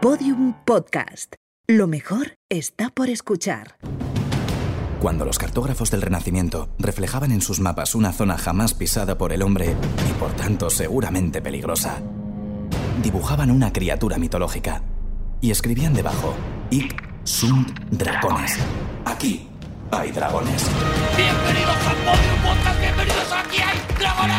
Podium Podcast. Lo mejor está por escuchar. Cuando los cartógrafos del Renacimiento reflejaban en sus mapas una zona jamás pisada por el hombre y por tanto seguramente peligrosa, dibujaban una criatura mitológica y escribían debajo: Ic sunt dragones. Aquí hay dragones. Bienvenidos a Podium Podcast, bienvenidos aquí hay dragones.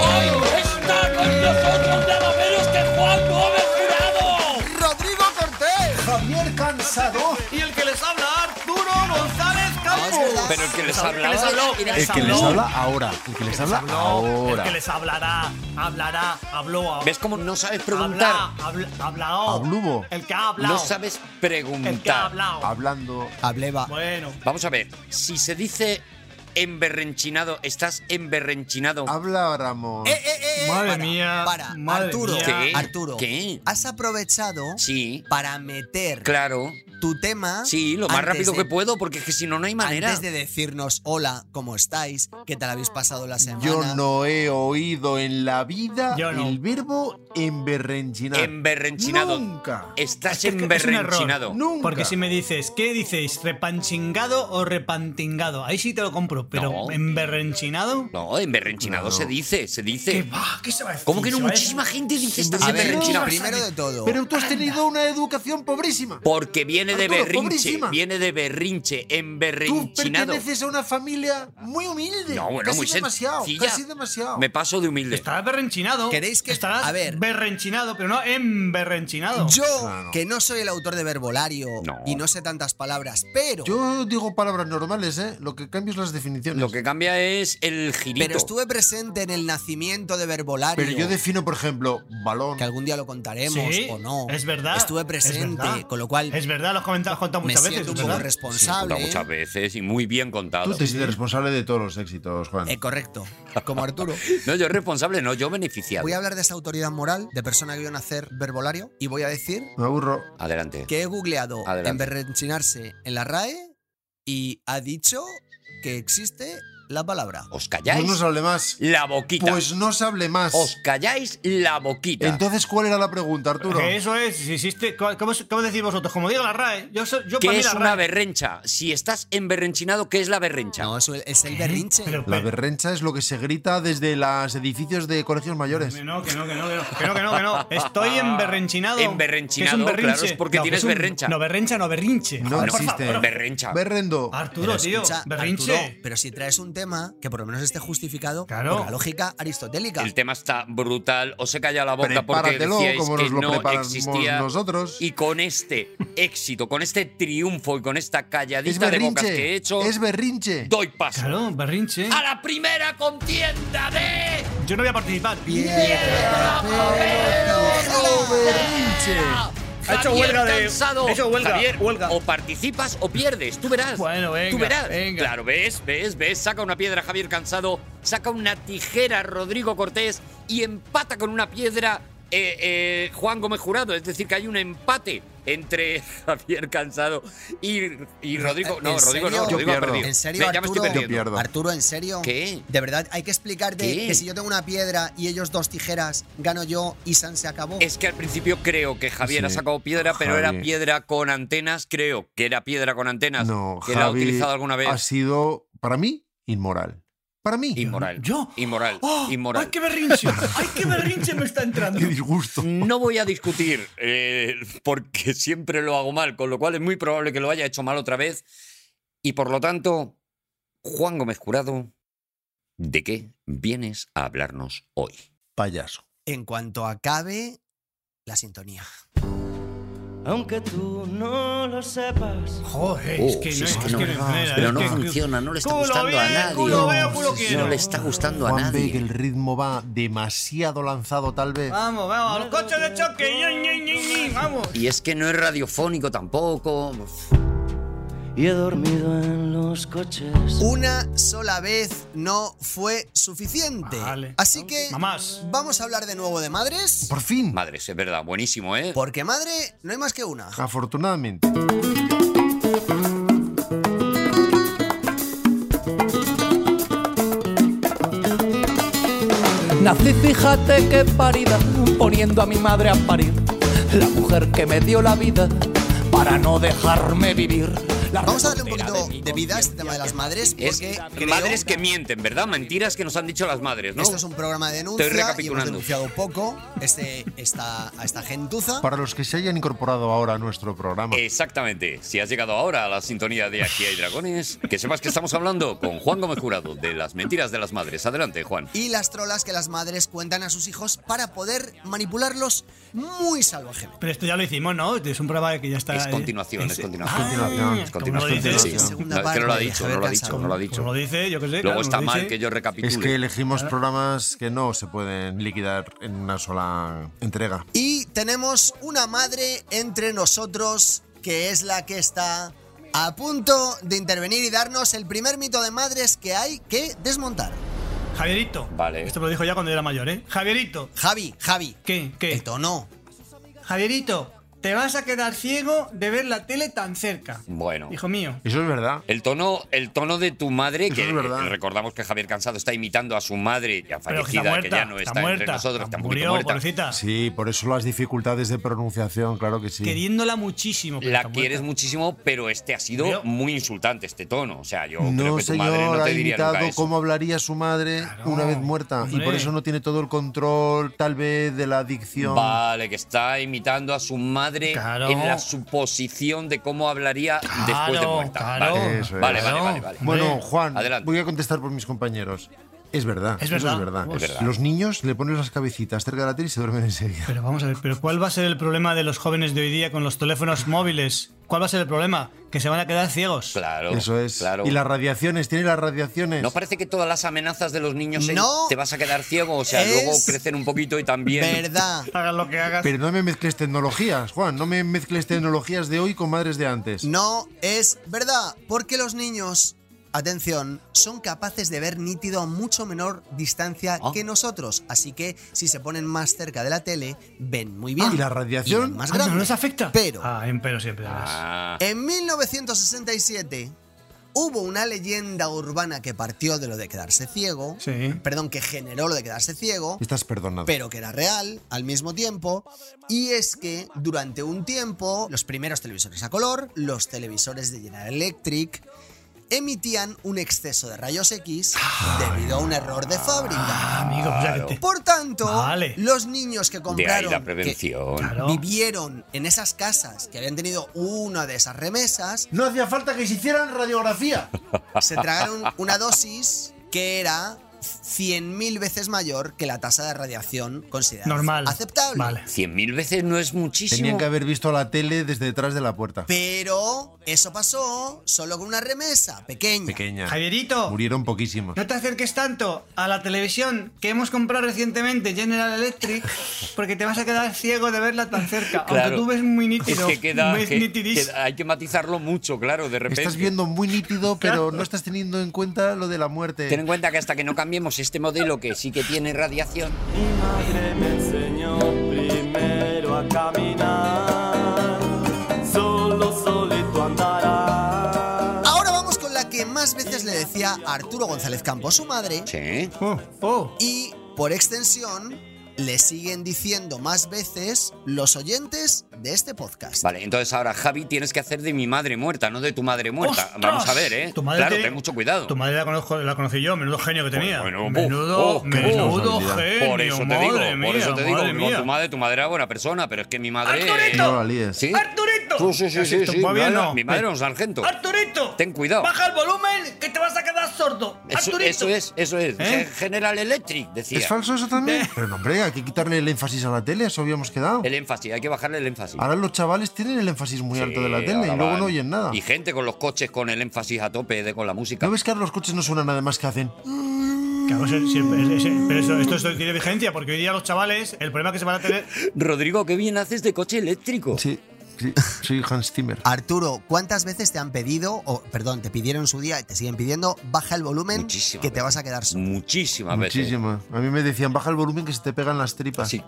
Hoy está con nosotros nada menos que Juan Gómez Jurado. Rodrigo Cortés. Javier Cansado. Y el que les habla, Arturo González Campos. Pero el que les hablaba, El que les habla ahora. El que les habla El que ahora. les hablará, hablará, habló. ¿Ves cómo no sabes preguntar? Habla, habla, hablao. Hablubo. El que ha hablado. No sabes El que ha preguntar. hablado. Hablando. Hableba. Bueno. Vamos a ver, si se dice emberrenchinado, estás emberrenchinado. Habla Ramón. Eh, eh, eh, Madre para, mía, Para, madre Arturo, mía. ¿Qué? Arturo. ¿Qué? Has aprovechado Sí, para meter claro. tu tema. Sí, lo más antes rápido de- que puedo, porque es que si no, no hay manera. Antes de decirnos hola, ¿cómo estáis? ¿Qué tal habéis pasado la semana? Yo no he oído en la vida Yo no. el verbo emberrenchinar. Emberrenchinado. Nunca. Estás Es que es un error. emberrenchinado. Nunca. Porque si me dices, ¿qué dices? ¿Repanchingado o repantingado? Ahí sí te lo compro, pero No. ¿emberrenchinado? No, emberrenchinado se dice, se ¿Qué dice. va? ¿Qué se va a decir? ¿Cómo que no? ¿Se va a decir? Muchísima gente dice estás A ver, emberrenchinado. primero de todo. Pero tú has tenido una educación pobrísima. Porque viene de Arturo, berrinche, pobrísima. viene de berrinche, Tú emberrenchinado. perteneces a una familia muy humilde. No, bueno, casi muy demasiado. sencilla. Casi demasiado. Me paso de humilde. Estarás berrenchinado. ¿Queréis que- Estarás a ver. berrenchinado, pero no emberrenchinado. Yo, Claro. que no soy el autor de Verbolario No. y no sé tantas palabras, pero, Yo digo palabras normales, ¿eh? Lo que cambio es las definiciones. Lo que cambia es el girito. pero estuve presente en el nacimiento de Verbolario. Pero yo defino, por ejemplo, balón. que algún día lo contaremos Sí, o no. Es verdad. Estuve es presente, verdad. con lo cual Es verdad, los comentarios contado me muchas siento veces. un es poco ¿verdad? Sí, contado responsable. ¿eh? muchas veces y muy bien contado. Tú te sientes responsable de todos los éxitos, Juan. Eh, correcto, como Arturo. No, yo responsable, no, yo beneficiado. Voy a hablar de esa autoridad moral de persona que vio nacer verbolario y voy a decir Me aburro. Adelante. que he googleado Adelante. emberrenchinarse en la RAE y ha dicho que existe la palabra. ¿Os Pues calláis? no se hable más. La boquita. Pues no se hable más. Os calláis la boquita. Entonces, ¿cuál era la pregunta, Arturo? Que Eh, eso es, si existe. ¿Cómo, cómo decís vosotros? Como diga la RAE, yo, so- pues yo para ¿Qué mí es la RAE. una berrencha? Si estás emberrenchinado, ¿qué es la berrencha? Ah, No, eso es el berrinche. Pero- La pero- berrencha es lo que se grita desde los edificios de colegios mayores. Que no, que no, que no, que no, que no, que no, que no. Estoy emberrenchinado. Emberrenchinado, ¿Qué Ah, es un berrinche? claro, es porque No, que tienes es un- berrencha. No, berrencha, no, berrinche. No Por existe. favor. Berrencha. Berrendo. Arturo, tío, Escucha, berrinche. Arturo, pero si traes un tema que por lo menos esté justificado Claro. por la lógica aristotélica. El tema está brutal. Os he callado la boca porque Prepáratelo decíais como que nos lo no preparamos existía. nosotros. Y con este éxito, con este triunfo y con esta Es calladita de bocas que he berrinche. hecho, Es berrinche. doy paso Claro, berrinche. a la primera contienda de Yo no voy a participar. berrinche. Ha hecho Javier huelga de- Cansado. ha hecho huelga, Javier, huelga. o participas o pierdes. Tú verás. Bueno, venga, Tú verás. venga. Claro, ves, ves, ves. Saca una piedra Javier Cansado, saca una tijera Rodrigo Cortés y empata con una piedra eh, eh, Juan Gómez Jurado. Es decir, que hay un empate entre Javier Cansado y, y Rodrigo. No, Eh, ¿En Rodrigo serio? no, Rodrigo ha pierdo. perdido. ¿En serio, Ve, ya me Arturo? estoy Yo perdiendo. pierdo. Arturo, ¿en serio? ¿Qué? De verdad, hay que explicarte ¿Qué? que si yo tengo una piedra y ellos dos tijeras, gano yo y San se acabó. Es que al principio creo que Javier Sí. ha sacado piedra, pero era Javi. piedra con antenas, creo que era piedra con antenas, No, que la ha Javi utilizado alguna vez. Ha sido, para mí, inmoral. Para mí. Inmoral. ¿Yo? Inmoral. ¡Ah! ¡Oh! Inmoral. ¡Ay, qué berrinche! ¡Ay, qué berrinche me está entrando! Qué disgusto. No voy a discutir eh, porque siempre lo hago mal, con lo cual es muy probable que lo haya hecho mal otra vez. Y por lo tanto, Juan Gómez Jurado, ¿de qué vienes a hablarnos hoy? Payaso. En cuanto acabe la sintonía. aunque tú no lo sepas. Joder, es Oh, que sí, no es es que que no, no hay manera, Pero es no que- funciona, no le está Culo gustando a bien, nadie. culo veo, culo No quiero. le está gustando a Juan ve que nadie. Ah. el ritmo va demasiado lanzado, tal vez. Vamos, vamos, a los coches de choque. ñi, ñi, ñi, ñi, Vamos. Y es que no es radiofónico tampoco. Y he dormido en los coches. Una sola vez no fue suficiente. Vale. Así que Mamás. vamos a hablar de nuevo de madres. Por fin. Madre, es verdad, buenísimo, ¿eh? Porque madre no hay más que una. Afortunadamente. Nací, fíjate qué parida, poniendo a mi madre a parir. La mujer que me dio la vida para no dejarme vivir. La Vamos a darle un reportera poquito mi de vida a este tema de las madres, Es porque creo- madres que mienten, ¿verdad? Mentiras que nos han dicho las madres, ¿no? Esto es un programa de denuncia Estoy y hemos recapitulando. denunciado poco este, esta, a esta gentuza. Para los que se hayan incorporado ahora a nuestro programa. Eh, Exactamente. Si has llegado ahora a la sintonía de Aquí hay dragones, que sepas que estamos hablando con Juan Gómez Jurado de las mentiras de las madres. Adelante, Juan. Y las trolas que las madres cuentan a sus hijos para poder manipularlos muy salvajemente. Pero esto ya lo hicimos, ¿no? Es un programa que ya está. Es eh, Ah, continuación, es continuación. Continuación. Es como continuación, lo dices. sí. Sí, segunda No, es que no lo ha parte, dicho, Javier no lo ha Cansado. dicho, no lo ha Como lo dicho. dice, yo qué sé. Luego claro, está como lo mal dice. que yo recapitule. Es que elegimos programas que no se pueden liquidar en una sola entrega. Y tenemos una madre entre nosotros que es la que está a punto de intervenir y darnos el primer mito de madres que hay que desmontar. Javierito. Vale. Esto me lo dijo ya cuando yo era mayor, ¿eh? Javierito. Javi, Javi, ¿Qué? el ¿Qué? tono. Javierito, te vas a quedar ciego de ver la tele tan cerca. Bueno. Hijo mío. Eso es verdad. El tono, el tono de tu madre, Eso que es verdad. eh, recordamos que Javier Cansado está imitando a su madre, ya Pero que fallecida, está que, muerta. ya no está, muerta. entre nosotros, está un poquito murió, muerta. pobrecita. Sí, por eso las dificultades de pronunciación, claro que sí. Queriéndola muchísimo. pero La está muerta. quieres muchísimo, pero este ha sido Murió. muy insultante, este tono. O sea, yo creo No, que tu madre señor, no ha te diría nunca imitado eso. cómo hablaría su madre una vez muerta. Y por hombre. eso no tiene todo el control, tal vez, de la dicción. Vale, que está imitando a su madre Claro. en la suposición de cómo hablaría después de Claro, muerta. claro. Vale. Eso es. Vale, vale, vale, vale. Bueno, Hombre. Juan, Adelante. voy a contestar por mis compañeros. Es verdad. Es eso verdad. Es verdad. Los niños le ponen las cabecitas cerca de la tele y se duermen enseguida. Pero vamos a ver, pero ¿cuál va a ser el problema de los jóvenes de hoy día con los teléfonos móviles? ¿Cuál va a ser el problema? Que se van a quedar ciegos. Claro. Eso es. Claro. Y las radiaciones, tiene las radiaciones. ¿No parece que todas las amenazas de los niños es, No. te vas a quedar ciego? O sea, Es luego crecen un poquito y también. ¿Verdad? Hagas lo que hagas. Pero no me mezcles tecnologías, Juan. No me mezcles tecnologías de hoy con madres de antes. No es verdad, porque los niños, atención, son capaces de ver nítido a mucho menor distancia Ah. que nosotros. Así que si se ponen más cerca de la tele, ven muy bien. ¿Y la radiación? ven más Ah, grande. no les afecta. Pero Ah, hay un pero siempre. además. Ah, en 1967 hubo una leyenda urbana que partió de lo de quedarse ciego. Sí. Perdón, que generó lo de quedarse ciego. Estás perdonado. pero que era real al mismo tiempo, y es que durante un tiempo los primeros televisores a color, los televisores de General Electric, emitían un exceso de rayos X debido a un error de fábrica. Amigo, o sea que te- Por tanto, Vale. los niños que Ah, de ahí compraron, la que prevención. Claro. vivieron en esas casas que habían tenido una de esas remesas, No hacía falta que se hicieran radiografía. se tragaron una dosis que era 100.000 veces mayor que la tasa de radiación considerada Normal. aceptable. Vale. Cien mil veces no es muchísimo. Tenían que haber visto la tele desde detrás de la puerta. Pero eso pasó solo con una remesa pequeña. Pequeña. Javierito, Murieron poquísimos. no te acerques tanto a la televisión que hemos comprado recientemente, General Electric, porque te vas a quedar ciego de verla tan cerca. Aunque Claro. tú ves muy nítido. Es que queda, ves que- nitidís. queda- hay que matizarlo mucho, claro, de repente. Estás viendo muy nítido, pero no estás teniendo en cuenta lo de la muerte. Ten en cuenta que hasta que no cambiemos este modelo que sí que tiene radiación, Mi madre me enseñó primero a caminar, solo solito andará. Ahora vamos con la que más veces le decía a Arturo González Campos, su madre, sí. Oh, oh. y por extensión le siguen diciendo más veces los oyentes de este podcast. Vale, entonces ahora, Javi, tienes que hacer de mi madre muerta, no de tu madre muerta. ¡Ostras! Vamos a ver, ¿eh? Tu madre claro, te- ten mucho cuidado. Tu madre la, conozco, la conocí yo, menudo genio que tenía. Bueno, bueno, menudo oh, qué menudo responsabilidad. genio. por eso te madre digo, mía, por eso te digo, madre con mía. tu madre, tu madre era buena persona, pero es que mi madre. ¡Arturito! No la líes. ¿Sí? ¡Arturito! Sí, sí, sí, Así, sí, tu sí, mi novia madre- no. Mi madre Ven. era un sargento. ¡Arturito! Ten cuidado. el volumen que te vas a quedar sordo! Eso, eso es, eso es. ¿Eh? General Electric, decía. ¿Es falso eso también? Pero no, hombre, hay que quitarle el énfasis a la tele, eso habíamos quedado. El énfasis, hay que bajarle el énfasis. Ahora los chavales tienen el énfasis muy alto de la Sí, tele ahora y luego van. no oyen nada. Y gente con los coches con el énfasis a tope de con la música. ¿No ves que ahora los coches no suenan nada más que hacen? Claro, sí, sí, es- es- pero eso, esto, esto tiene vigencia, porque hoy día los chavales, el problema que se van a tener. Rodrigo, qué bien haces de coche eléctrico. Sí, sí, soy Hans Zimmer. Arturo, ¿cuántas veces te han pedido, o perdón, te pidieron en su día y te siguen pidiendo, baja el volumen Muchísimas que te veces. vas a quedar solo? Muchísimas veces. Muchísimo. A mí me decían, baja el volumen que se te pegan las tripas. Sí.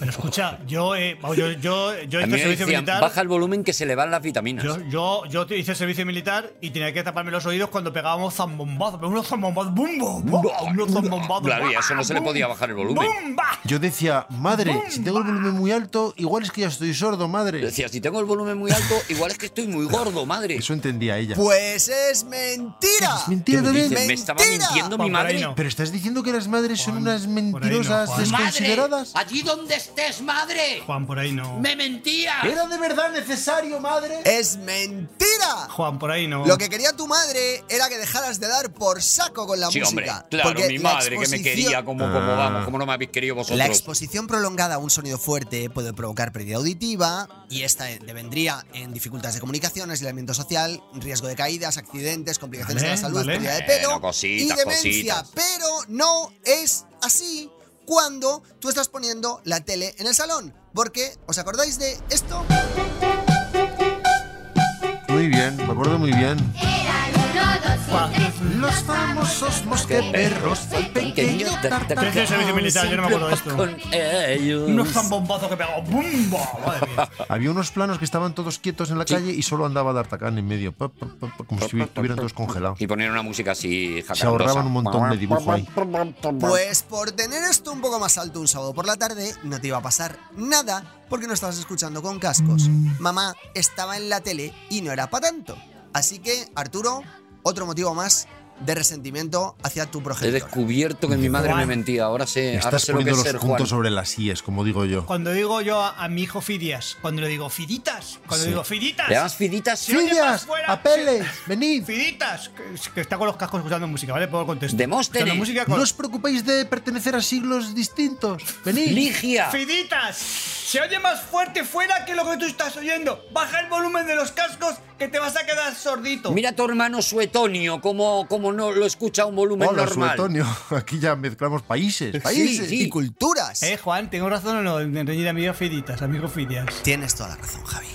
Pero escucha, yo, eh, vamos, yo, yo, yo A hice mí me servicio decían, militar. baja el volumen que se le van las vitaminas. Yo, yo, yo te- hice servicio militar y tenía que taparme los oídos cuando pegábamos zambombazos. Pero unos zambombazos. ¡Bum, bum, bum! Unos zambombazos. Claro, y a eso no se le ¡bum! podía bajar el volumen. ¡Bum, bah! Yo decía, madre, si tengo el volumen muy alto, igual es que ya estoy sordo, madre. Decía, si tengo el volumen muy alto, igual es que estoy muy gordo, madre. Eso entendía ella. Pues es mentira. Es mentira Dice, también. me estaba mentira. mintiendo mi Juan madre. Moreno. Pero estás diciendo que las madres son Juan, unas por ahí no, mentirosas Juan. desconsideradas. allí donde estés, madre. Juan, por ahí no. Me mentía. ¿Era de verdad necesario, madre? Es mentira. Juan, por ahí no. Lo que quería tu madre era que dejaras de dar por saco con la Sí, hombre, música. claro, porque mi la madre que me exposición- quería como, Ah. como vamos, como no me habéis querido La vosotros. exposición prolongada a un sonido fuerte puede provocar pérdida auditiva y esta devendría en dificultades de comunicación, aislamiento social, riesgo de caídas, accidentes, complicaciones Vale, de la salud, vale. pérdida de Bueno, pelo cositas, y demencia. cositas. Pero no es así cuando tú estás poniendo la tele en el salón. Porque, ¿os acordáis de esto? Muy bien, me acuerdo muy bien. Los famosos mosqueteros, el pequeño Yo hice servicio militar, yo no me acuerdo de esto. Con ellos. Unos zambombazos que pegamos. ¡Bum, bah! Madre mía. Había unos planos que estaban todos quietos en la calle y solo andaba D'Artagnan en medio, pa, pa, pa, pa, como si estuvieran todos congelados. Y poner una música así Se ahorraban jacarandosa. un montón de dibujo ahí. Pues por tener esto un poco más alto un sábado por la tarde, no te iba a pasar nada porque no estabas escuchando con cascos. Mm. Mamá estaba en la tele y no era para tanto. Así que, Arturo, otro motivo más de resentimiento hacia tu He progenitor. descubierto que mi madre me Juan. mentía. Ahora sé, ahora Estás sé lo que poniendo es los ser Juan. puntos sobre las sillas, como digo yo. Cuando digo yo a, a mi hijo Fidias, cuando le digo Fiditas, cuando digo Fiditas, ¿Le llamas fiditas? Sí. Sillas, apeles, venid. Fiditas, que, que está con los cascos escuchando música, ¿vale? Puedo contestar. Demóstenes. música con. preocupéis de pertenecer a siglos distintos. Venid. Ligia. ¡Fiditas! Se oye más fuerte fuera que lo que tú estás oyendo. Baja el volumen de los cascos que te vas a quedar sordito. Mira a tu hermano suetonio, como, como no lo escucha a un volumen Hola, normal. Suetonio. Aquí ya mezclamos países. Países sí. y culturas. Eh, Juan, tengo razón o no en reñir a mi amigo Fiditas, amigo Fidias. Tienes toda la razón, Javi.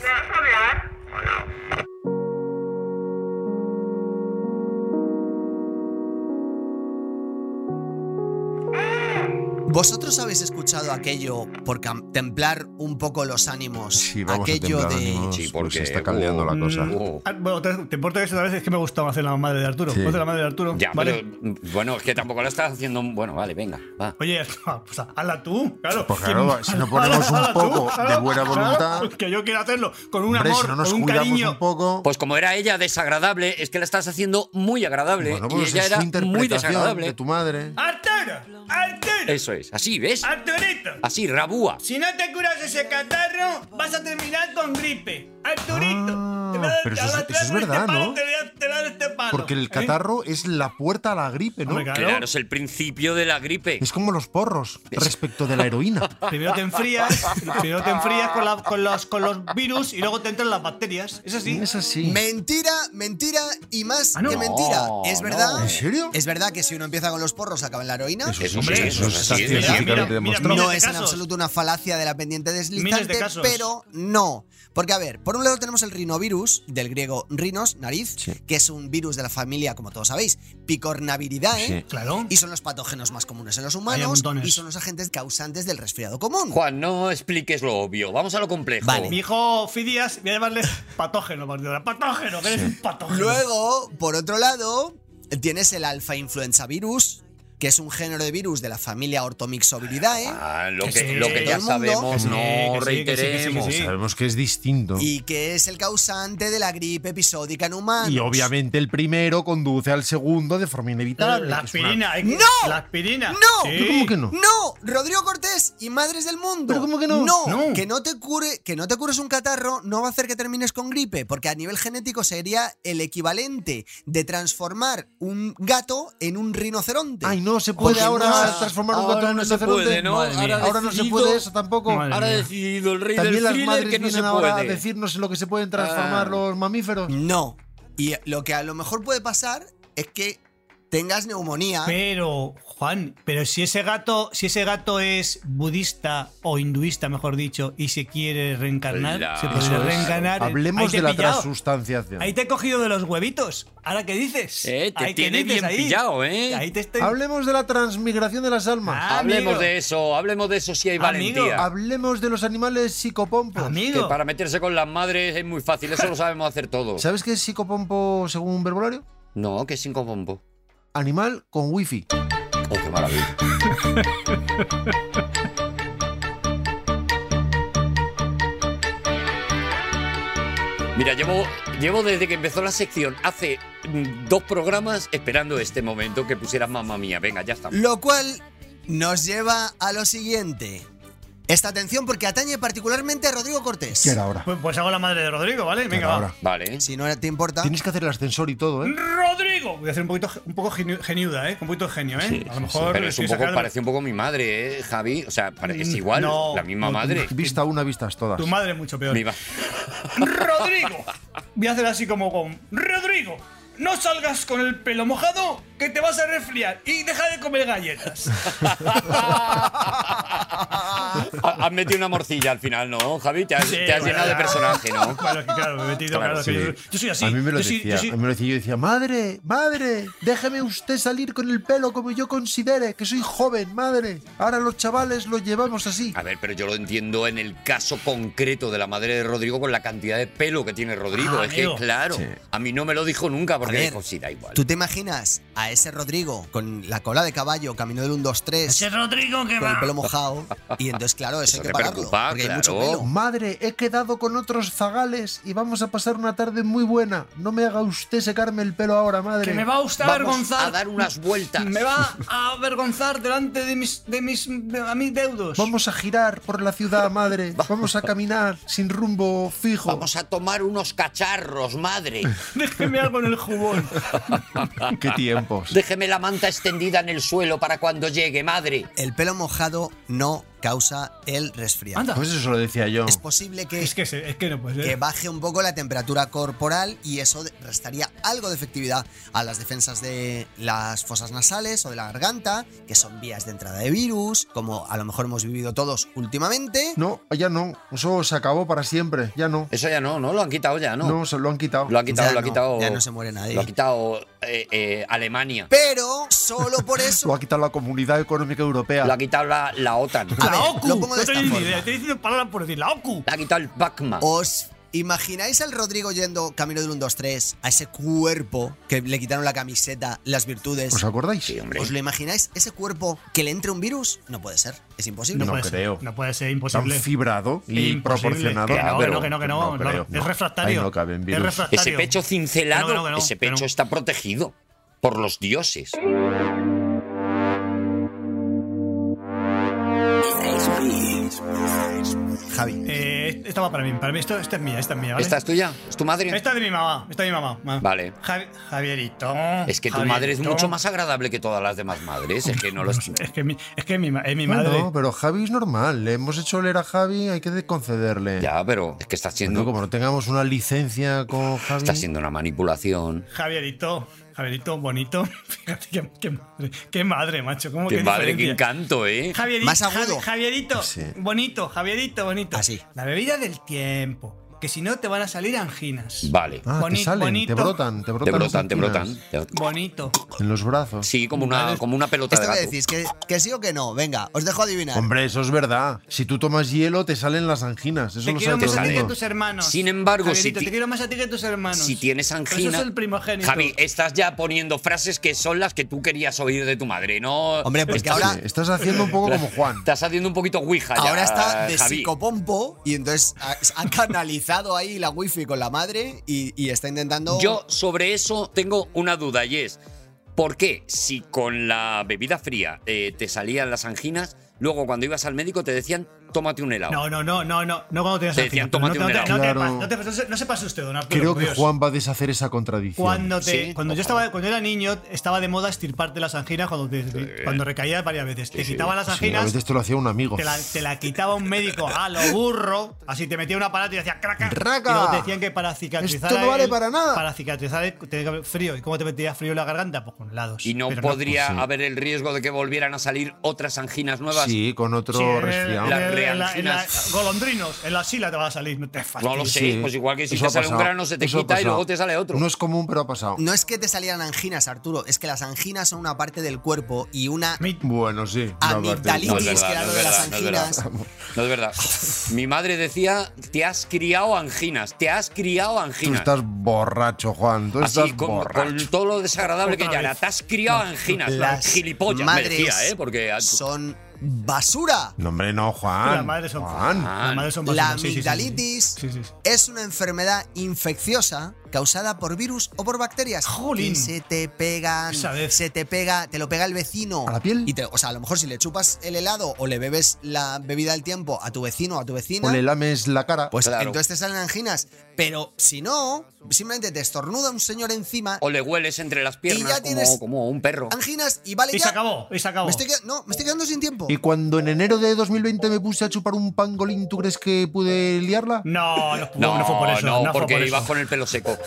¡Ah! ¿Vosotros habéis escuchado aquello por cam- templar un poco los ánimos? Sí, vamos aquello a templar de ánimos, Sí, pues porque- se está caldeando la cosa. Oh. Ah, bueno, te, te importa que eso otra vez es que me gustaba hacer la madre de Arturo. Sí. Voz de la madre de Arturo. Ya, ¿vale? pero, mm, bueno, es que tampoco la estás haciendo. Bueno, vale, venga, va. Oye, pues hazla tú, claro. Pues claro, si no ponemos un Hazla tú, poco claro, de buena claro, voluntad, que yo quiero hacerlo con un hombre, si amor, no nos con un cuidamos cariño. un poco. Pues como era ella desagradable, es que la estás haciendo muy agradable. Bueno, y pues ella es su era muy interpretación de desagradable. tu madre. Ah, ¡Arturo! ¡Arturo! Eso es, así, ¿ves? Ah. ¡Arturito! Así, rabúa. Si no te curas ese catarro, vas a terminar con gripe. Arturito. Ah, te voy a dar- pero eso te es- eso voy a es dar este verdad, palo, ¿no? Te voy a- te voy a dar este palo. Porque el ¿eh? catarro es la puerta a la gripe, ¿no? Hombre, claro. Claro, es el principio de la gripe. Es como los porros respecto de la heroína. Primero te enfrías, primero te enfrías con, la- con los, con los virus y luego te entran las bacterias. ¿Es así? Es así. Mentira, mentira y más Ah, no. que mentira. No, es verdad. no. ¿En serio? Es verdad que si uno empieza con los porros acaba en la heroína. Eso sí, Hombre, eso ¿Eh? eso está sí, es verdad. científicamente Mira, mira, demostrado. miles No de es en casos. absoluto una falacia de la pendiente Miles de deslizante, casos. pero no. Porque, a ver, por un lado tenemos el rinovirus, del griego rinos, nariz, Sí. que es un virus de la familia, como todos sabéis, picornaviridae, Sí. Claro. y son los patógenos más comunes en los Hay humanos montones. y son los agentes causantes del resfriado común. Juan, no expliques lo obvio. Vamos a lo complejo. Vale. Mi hijo Fidias, voy a llamarle patógeno. por Dios. Patógeno, que eres un patógeno. Luego, por otro lado, tienes el alfa influenza virus, que es un género de virus de la familia Orthomyxoviridae Ah, lo, que, Que sí, lo que todo ya el mundo. sabemos, Que sí, no que sí, que sí, que sí, que reiteremos. sí. Sabemos que es distinto. y que es el causante de la gripe episódica en Ah, humanos. Y obviamente el primero conduce al segundo de forma inevitable. La que es una- aspirina. hay que- ¡No! La aspirina. ¡No! Sí. ¿Cómo que no? No, Rodrigo Cortés y Madres del Mundo. ¿Pero cómo que no? No, No. Que, no te cure, que no te cures un catarro no va a hacer que termines con gripe, porque a nivel genético sería el equivalente de transformar un gato en un rinoceronte. Ay, no se puede Porque ahora no- transformar un Pues ahora gato en no un se puede, sacerdote. ¿no? Madre mía. Ahora no se Decidido- puede eso tampoco. Madre Ahora mía. ha decidido el rey También del las thriller madres que no se vienen puede. ahora a decirnos en lo que se pueden transformar Ah. los mamíferos. No. Y lo que a lo mejor puede pasar es que tengas neumonía. Pero, Juan, pero si ese gato, si ese gato es budista o hinduista, mejor dicho, y se quiere reencarnar, Claro. se puede Eso es. reencarnar. Ahí Hablemos te de he la pillado. transustanciación. Ahí te he cogido de los huevitos. ¿Ahora qué dices? Eh, te Ahí, ¿qué tiene dices bien ahí? pillado, ¿eh? Ahí te estoy. Hablemos de la transmigración de las almas. Ah, hablemos amigo. de eso, hablemos de eso si hay Amigo, valentía. Hablemos de los animales psicopompos. Que Amigo, para meterse con las madres es muy fácil, eso lo sabemos hacer todos. ¿Sabes qué es psicopompo según un verbolario? No, que cinco bombo. Animal con wifi. Oh, qué maravilla. Mira, llevo, llevo desde que empezó la sección hace mm, dos programas esperando este momento que pusieras mamá mía. Venga, ya estamos. Lo cual nos lleva a lo siguiente. Esta atención porque atañe particularmente a Rodrigo Cortés. ¿Qué era ahora? pues, pues hago la madre de Rodrigo, ¿vale? ¿Qué Venga, era va. ahora? Vale. Si no te importa. Tienes que hacer el ascensor y todo, ¿eh? Rodrigo. Voy a hacer un poquito, un poco geniu- geniuda, ¿eh? Con Un poquito de genio, ¿eh? a lo mejor. Pero es estoy un poco, sacando- parece un poco mi madre, ¿eh, Javi? O sea, pare- es igual, Mm, No, la misma no, madre. Vista una, vistas todas. Tu madre es mucho peor. Mi ma- Rodrigo. Voy a hacer así como con. Rodrigo. No salgas con el pelo mojado que te vas a resfriar y deja de comer galletas. Ha- Has metido una morcilla al final, ¿no, Javi? Te has, Sí, te has bueno, llenado de ya. personaje, ¿no? Claro, es que claro, me he metido, Claro, claro, Sí. que yo, yo soy así. A mí me lo yo soy- yo decía. soy- a mí me lo decía. Yo decía, madre, madre, déjeme usted salir con el pelo como yo considere, que soy joven, madre. Ahora los chavales lo llevamos así. A ver, pero yo lo entiendo en el caso concreto de la madre de Rodrigo con la cantidad de pelo que tiene Rodrigo. Ah, es que, amigo. claro, a mí no me lo dijo nunca porque A ver, dijo, sí, da igual. ¿Tú te imaginas a ese Rodrigo con la cola de caballo, camino del 1-2-3, Rodrigo que con el pelo mojado? Y entonces, claro, eso, Eso hay te que pararlo. preocupa, porque hay claro. mucho pelo. Oh, Madre, he quedado con otros zagales y vamos a pasar una tarde muy buena. No me haga usted secarme el pelo ahora, madre. Que me va a gustar Vamos avergonzar. a dar unas vueltas. Me va a avergonzar delante de mis, de mis, de- a mis deudos. Vamos a girar por la ciudad, madre. Vamos a caminar sin rumbo fijo. Vamos a tomar unos cacharros, madre. Déjeme algo en el jubón. Qué tiempos. Déjeme la manta extendida en el suelo para cuando llegue, madre. El pelo mojado no causa el resfriado. Anda. Pues eso lo decía yo. Es posible que, Es que, se- es que eh. no puede que ser. baje un poco la temperatura corporal y eso de- restaría algo de efectividad a las defensas de las fosas nasales o de la garganta, que son vías de entrada de virus, como a lo mejor hemos vivido todos últimamente. No, ya no. Eso se acabó para siempre. Ya no. Eso ya no, ¿no? Lo han quitado ya, Eh, ¿no? No, se lo han quitado. Lo ha quitado, Ya lo ha no, quitado. ya no se muere nadie. Lo ha quitado eh, eh, Alemania. Pero solo por eso Lo ha quitado la Comunidad Económica Europea. Lo ha quitado la, la OTAN. A La ver, OCU. lo pongo de no esta tenía ni forma. idea. Estoy diciendo palabras por decir. La OCU. La ha quitado el PACMA. ¿Os imagináis al Rodrigo yendo camino del 1-2-3 a ese cuerpo que le quitaron la camiseta, las virtudes? Pues ¿Os acordáis? Sí, hombre. ¿Os lo imagináis? ¿Ese cuerpo que le entre un virus? No puede ser, es imposible. No puede creo. Ser, no puede ser Tan imposible. fibrado y Imposible. proporcionado. Ah, Que no, que no, que no, que No no. no, creo, no. Es refractario. Ahí no caben Es virus. refractario. Ese pecho cincelado, Que no, que no, que no, ese que pecho no. está protegido por los dioses. Javi. Eh, esta va para mí. Para mí, esto, esta es mía, esta es mía, ¿vale? ¿Esta es tuya? ¿Es tu madre? Esta es de mi mamá. Esta es de mi mamá. ma. Vale. Javi- Javierito. Es que tu Javierito. Pues madre es mucho más agradable que todas las demás madres. Es que no lo es. Es que, mi, es que mi, ma- es mi Bueno, madre. No, pero Javi es normal. Le hemos hecho leer a Javi, hay que de- concederle. Ya, pero es que Pues está Bueno, haciendo, como no tengamos una licencia con Javi. está haciendo una manipulación. Javierito. Javierito, bonito. Fíjate qué, qué madre. Qué madre, macho. ¿Cómo Qué qué madre, qué diferencia. encanto, ¿eh? Javierito, Más agudo. Javi- Javierito, Sí. bonito, Javierito, bonito. Así. La bebida del tiempo, que si no te van a salir anginas. Vale. Ah, te Boni- salen, bonito. te brotan, te brotan. Te las brotan, te espinas brotan. Te- Bonito. En los brazos. Sí, como una, como una pelota de ¿Esto qué gato. decís? ¿Que, que sí o que no? Venga, os dejo adivinar. Hombre, eso es verdad. Si tú tomas hielo, te salen las anginas. Eso Te lo quiero sabe más todo a ti el que a mundo. tus hermanos. Sin embargo, si Javierito, ti- te quiero más a ti que a tus hermanos. Si tienes angina. Eso es el primogénito. Javi, estás ya poniendo frases que son las que tú querías oír de tu madre, ¿no? Hombre, porque estás, ahora, Sí, estás haciendo un poco como Juan. estás haciendo un poquito ouija ya, ahora está de Javi. psicopompo y entonces ha, ha canalizado ahí la wifi con la madre y, y está intentando... Yo sobre eso tengo una duda y es, ¿por qué si con la bebida fría eh, te salían las anginas, Luego, cuando ibas al médico, te decían, tómate un helado. No, no, no, no, no. No cuando te das Te al decían, final, pero no "Tómate te- un no te- no te helado". pa- no te- no se- No se pase usted, don Arturo. Creo por que Dios. Juan va a deshacer esa contradicción. Cuando, te, Sí, cuando yo ojalá. estaba, cuando era niño, estaba de moda estirparte las anginas cuando, te- cuando recaías varias veces. te quitaban las Sí, a anginas, veces te lo hacía un amigo. te, la, te la quitaba un médico a lo burro, así te metía un aparato y hacía craca. ¡Raca! Y luego te decían que para cicatrizar. Esto no vale el- para nada. Para cicatrizar el- tenía que haber frío. ¿Y cómo te metías frío en la garganta? Pues con helados. Y no Pero podría pues sí. haber el riesgo de que volvieran a salir otras anginas nuevas. Sí, con otro Sí, en- Eh, resfriado. en- La- en- en la- en la- reanginas. golondrinos, en la sila te van a salir. No te fastidies. No lo sé, Sí, pues igual que si eso te ha sale un pasado, grano se te eso ha quita y pasado. luego te sale otro. No es común, pero ha pasado. No es que te salieran anginas, Arturo, es que las anginas son una parte del cuerpo y una Mi- Bueno, sí. no, aparte- No es amigdalitis, verdad, que era no lo es de las verdad, no es verdad. anginas. No es verdad. Mi madre decía, te has criado anginas, te has criado Tú anginas. estás borracho, Juan. Tú Así, estás Ah, con, con borracho. todo lo desagradable que Otra ya vez. era, te has criado anginas, la Las gilipollas, me madres decía, ¿eh? Porque a- son basura. No, hombre, no, Juan. Las madres son- Juan. Ah, Las madres son La básicas, sí, sí, sí, sí. amigdalitis Sí, sí, sí. es una enfermedad infecciosa causada por virus o por bacterias. Jolín. Que se te pegan, Esa vez. se te pega, te lo pega el vecino. ¿A la piel? Y te- o sea, a lo mejor si le chupas el helado o le bebes la bebida al tiempo a tu vecino o a tu vecina, O le lames la cara. pues Claro. entonces te salen anginas. Pero si no, simplemente te estornuda un señor encima, O le hueles entre las piernas ya como- tienes- como, un perro. anginas y vale Y ya. se acabó, y se acabó. Me estoy queda- no, me estoy quedando sin tiempo. Y cuando en enero de 2020 me puse a chupar un pangolín, ¿tú crees que pude liarla? No, no, No, no fue por eso. no, no fue porque por eso. ibas con el pelo seco.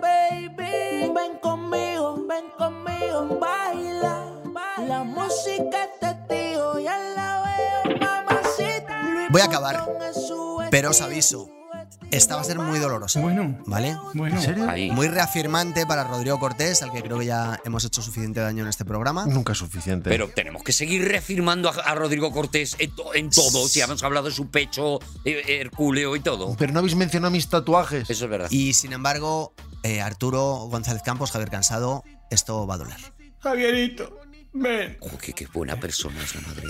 Baby, ven conmigo, ven conmigo, baila. baila. La música es testigo, ya la veo, mamacita. Luis Voy a acabar, Butón es su pero os estilo, aviso, su estilo, Esta va a ser muy dolorosa. Bueno, ¿Vale? bueno. Ahí. Muy reafirmante para Rodrigo Cortés, al que creo que ya hemos hecho suficiente daño en este programa. Nunca es suficiente. Pero tenemos que seguir reafirmando a, a Rodrigo Cortés en, to- en todo. Si hemos hablado de su pecho, eh, hercúleo y todo. Pero no habéis mencionado mis tatuajes. Eso es verdad. Y sin embargo, eh, Arturo González Campos, Javier Cansado, esto va a doler. Javierito, ven. Ojo, qué, qué buena persona es la madre.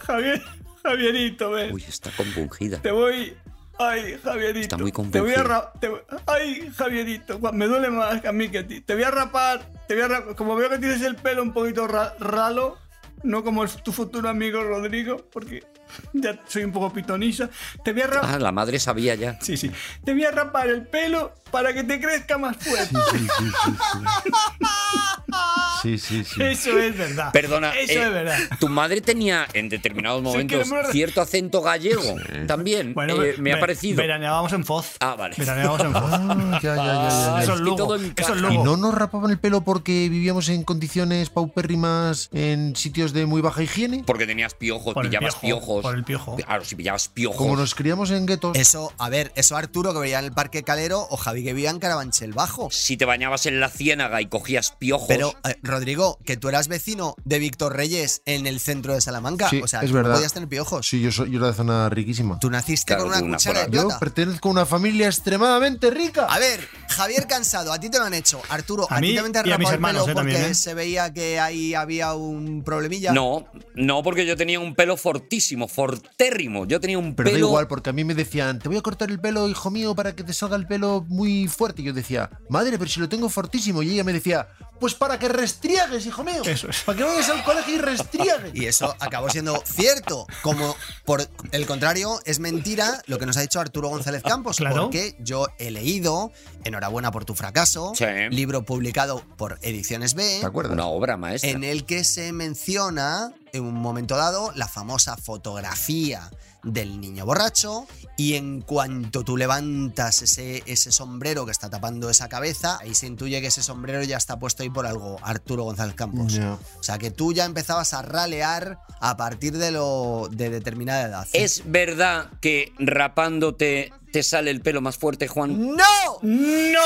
Javier, Javierito, ven. Uy, está compungida. Te voy. Ay, Javierito. Está muy te voy convencido. a ra- te voy- Ay, Javierito. Gua- Me duele más a mí que a ti. Te voy a rapar. Te voy a ra- Como veo que tienes el pelo un poquito ra- ralo, no como el- tu futuro amigo Rodrigo, porque ya soy un poco pitoniza. Te voy a rapar. Ah, la madre sabía ya. Sí, sí. Te voy a rapar el pelo para que te crezca más fuerte. Sí, sí, sí, sí. Sí, sí, sí. Eso es verdad. Perdona. Eso eh, es verdad. Tu madre tenía en determinados momentos que me lo- cierto acento gallego también. eh, me ha ve- parecido. Veraneábamos en Foz. Ah, vale. Veraneábamos en Foz. Ah, ya, ya, ya, ya, ya. eso es es que Lugo. todo Eso encaja. es Y Lugo. no nos rapaban el pelo porque vivíamos en condiciones paupérrimas en sitios de muy baja higiene. Porque tenías piojos, Por el pillabas piojo, piojos. por el piojo. Claro, si pillabas piojos. Como nos criamos en guetos. Eso, a ver, eso Arturo que veía en el Parque Calero o Javi que vivía en Carabanchel Bajo. Si te bañabas en la ciénaga y cogías piojos. Pero, eh, Rodrigo, que tú eras vecino de Víctor Reyes en el centro de Salamanca. Sí, o sea, es tú no verdad. podías tener piojos. Sí, yo soy yo era de zona riquísima. Tú naciste Claro, con una tú una cuchara de fuera. Yo plata. pertenezco a una familia extremadamente rica. A ver, Javier Cansado, a ti te lo han hecho. Arturo, a, A ti mí también te han y a mis rapado el hermanos, pelo eh, porque también, eh. se veía que ahí había un problemilla. No, no, porque yo tenía un pelo fortísimo, fortérrimo. Yo tenía un Pero da pelo. igual, porque a mí me decían, te voy a cortar el pelo, hijo mío, para que te salga el pelo muy fuerte. Y yo decía, madre, pero si lo tengo fortísimo. Y ella me decía, pues para que restriegues, hijo mío. Eso es. Para que vayas al colegio y restriegues. Y eso acabó siendo cierto. Como por el contrario, es mentira lo que nos ha dicho Arturo González Campos. Claro. Porque yo he leído, enhorabuena por tu fracaso, Sí. libro publicado por Ediciones B, ¿Te acuerdas? Una obra maestra. en el que se menciona en un momento dado la famosa fotografía del niño borracho y en cuanto tú levantas ese, ese sombrero que está tapando esa cabeza, ahí se intuye que ese sombrero ya está puesto ahí por algo, Arturo González Campos. Ya. O sea que tú ya empezabas a ralear a partir de lo de determinada edad. ¿Es verdad que rapándote te sale el pelo más fuerte, Juan? ¡No! ¡No!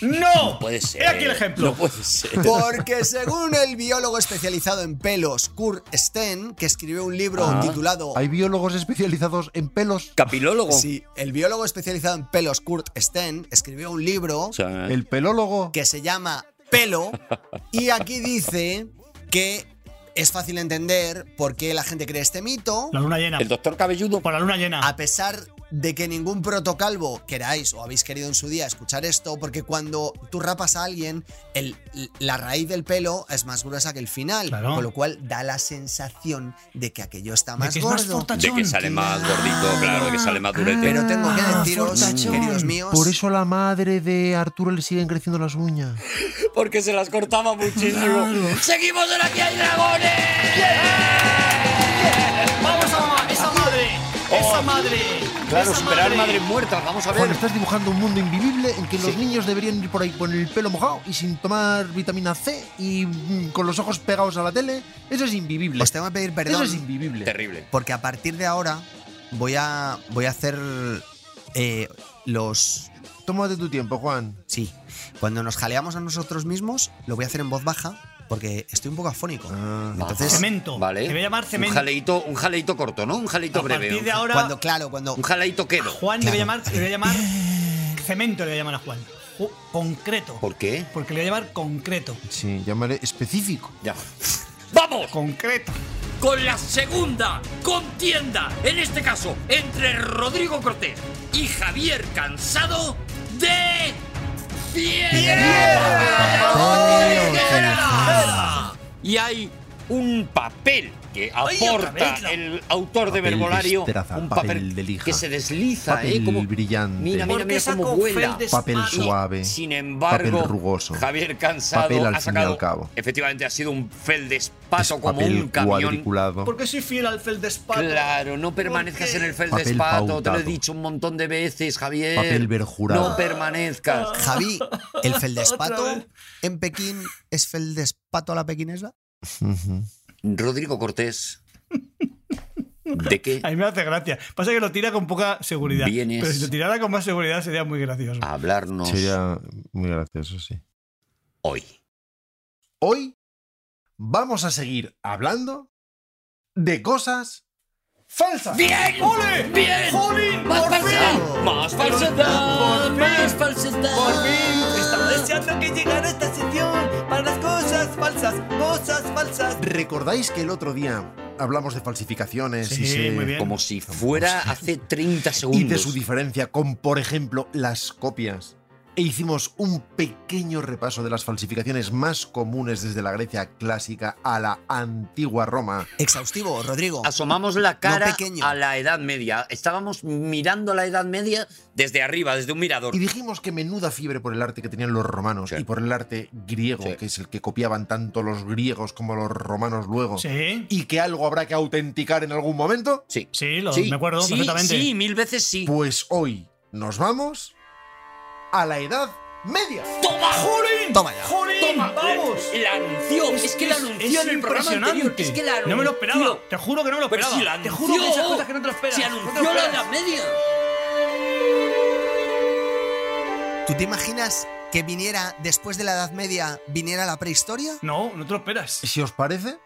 ¡No! Puede ser. He aquí el ejemplo. No puede ser. Porque según el biólogo especializado en pelos, Kurt Sten, que escribió un libro Ah. titulado Hay biólogos especializados en pelos. Capilólogo. Sí, el biólogo especializado en pelos Kurt Sten escribió un libro O Eh. sea, El pelólogo. que se llama Pelo y aquí dice que es fácil entender por qué la gente cree este mito La luna llena. el doctor cabelludo. Ah, Por la luna llena. a pesar de que ningún protocalvo queráis o habéis querido en su día escuchar esto, porque cuando tú rapas a alguien, el- la raíz del pelo es más gruesa que el final, Claro. con lo cual da la sensación de que aquello está De más que es más gordo. De que sale más gordito, claro, de que sale más durete. Ah, Pero tengo que deciros, fortachón. queridos míos, Por eso a la madre de Arturo le siguen creciendo las uñas. Porque se las cortaba muchísimo. ¡Seguimos en Aquí hay Dragones! ¡Vamos a ma- esa madre! ¡Esa madre! esa muertas, vamos a ver. estás dibujando un mundo invivible en que los niños deberían ir por ahí con el pelo mojado y sin tomar vitamina C y mm, con los ojos pegados a la tele. Eso es invivible. Os tengo que pedir perdón. Eso es invivible. Terrible. Porque a partir de ahora voy a, voy a hacer eh, los... Tómate tu tiempo, Juan. Sí. Cuando nos jaleamos a nosotros mismos, lo voy a hacer en voz baja porque estoy un poco afónico. Entonces... Cemento. Vale. Te voy a llamar cemento. Un jaleito, un jaleito corto, ¿no? Un jaleito A breve. partir de ahora- Cuando, claro, cuando. Un jaleito quedo. Juan le voy a llamar, le voy a llamar cemento, le voy a llamar a Juan. Ju- concreto. ¿Por qué? Porque le voy a llamar concreto. Sí, llamaré específico. Ya. ¡Vamos! Concreto. Con la segunda contienda, en este caso, entre Rodrigo Cortés y Javier Cansado de. ¡Piedra! Y hay un papel que Ay, otra aporta vez la- el autor de Papel Verbolario. destraza, un papel papel, de lija. que se desliza, Papel ¿eh? Como, brillante. Mira, mira, mira cómo vuela. Papel suave. Sin embargo, papel rugoso. Javier Cansado Papel al ha fin y al sacado. cabo. Efectivamente, ha sido un feldespato como papel un camión. cuadriculado. Porque soy fiel al feldespato. Claro, no permanezcas en el Papel feldespato. Te lo he pautado. dicho un montón de veces, Javier. Papel verjurado. No permanezcas. Javi, el Otra feldespato vez. en Pekín es feldespato a la pequinesa. Rodrigo Cortés. ¿De qué? A mí me hace gracia. Pasa que lo tira con poca seguridad. Vienes. Pero si lo tirara con más seguridad sería muy gracioso. Ah. Hablarnos. Sería muy gracioso, sí. Hoy. Hoy vamos a seguir hablando de cosas falsas. ¡Bien! ¡Ole! ¡Bien! ¡Jolín! ¡Más ¡Por falsedad! fin! ¡Más falsedad! ¡Por fin! ¡Más falsedad! ¡Por fin! Estaba deseando que llegara esta sección para las cosas falsas, cosas falsas. ¿Recordáis que el otro día hablamos de falsificaciones? Sí, y se- muy bien. Como si fuera hace 30 Y de segundos. su diferencia con, por ejemplo, las copias. E hicimos un pequeño repaso de las falsificaciones más comunes desde la Grecia clásica a la antigua Roma. Exhaustivo, Rodrigo. Asomamos la cara No pequeño. a la Edad Media. Estábamos mirando la Edad Media desde arriba, desde un mirador. Y dijimos que menuda fiebre por el arte que tenían los romanos y por el arte griego, que es el que copiaban tanto los griegos como los romanos luego. Sí. Y que algo habrá que autenticar en algún momento. Sí. Sí, lo- me acuerdo Sí, perfectamente. sí, mil veces sí. Pues hoy nos vamos a la edad media. ¡Toma! ¡Jolín! ¡Toma ya! ¡Jolín! Toma, ¡Vamos! Eh, La anunció. Es, que la anunció en el programa anterior. Es que la No me lo anunció. esperaba. Te juro que no me lo Pero esperaba. si la te juro que anunció. esas cosas que no te lo esperas. Si no te lo anunció la esperas. Edad Media. ¿Tú te imaginas que viniera después de la Edad Media, viniera la prehistoria? No, no te lo esperas. Si os parece,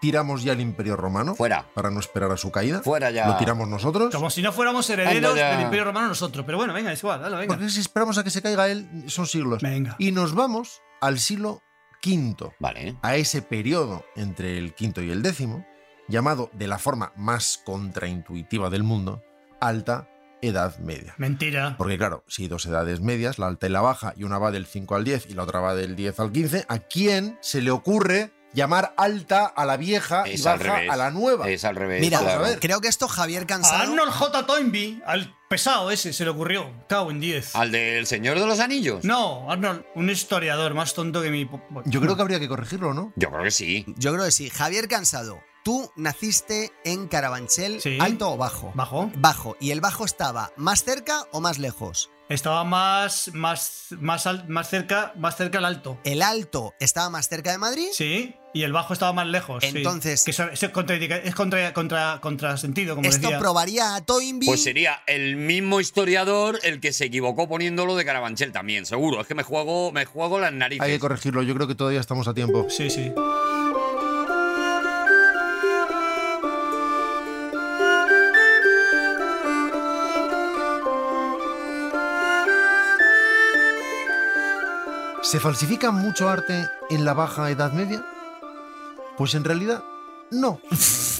tiramos ya el Imperio Romano. Fuera. Para no esperar a su caída. Fuera ya. Lo tiramos nosotros. Como si no fuéramos herederos Anda ya. del Imperio Romano nosotros. Pero bueno, venga, es igual, dale, venga. Porque si esperamos a que se caiga él, son siglos. Y nos vamos al siglo V. A ese periodo entre el quinto y el décimo, llamado de la forma más contraintuitiva del mundo, Alta Edad Media. Mentira. Porque claro, si hay dos edades medias, la alta y la baja, y una va del 5 al 10 y la otra va del 10 al 15, ¿a quién se le ocurre llamar alta a la vieja Ah, y Es al baja revés. a la nueva? Es al revés. Mira, claro. creo que esto A Javier Ah, Cansado. Arnold J. Toynbee, al pesado ese, se le ocurrió. Cago en 10. Al del Señor de los Anillos. No, Arnold, un historiador más tonto que mi. po- po- habría que corregirlo, ¿no? Yo creo que sí. Yo creo que sí. Javier Cansado, tú naciste en Carabanchel, alto o bajo. Bajo. Bajo. ¿Y el bajo estaba más cerca o más lejos? Estaba más, más, más, al- más cerca, más cerca al alto. ¿El alto estaba más cerca de Madrid? Sí, y el bajo estaba más lejos. sí. Entonces- Que eso, eso es, contraindica- es contra, contra, contrasentido, como Esto decía. probaría a Toynbee. Pues sería el mismo historiador el que se equivocó poniéndolo de Carabanchel también, seguro. Es que me juego, me juego las narices. Hay que corregirlo, yo creo que todavía estamos a tiempo. Sí, sí. ¿Se falsifica mucho arte en la baja edad media? Pues en realidad No.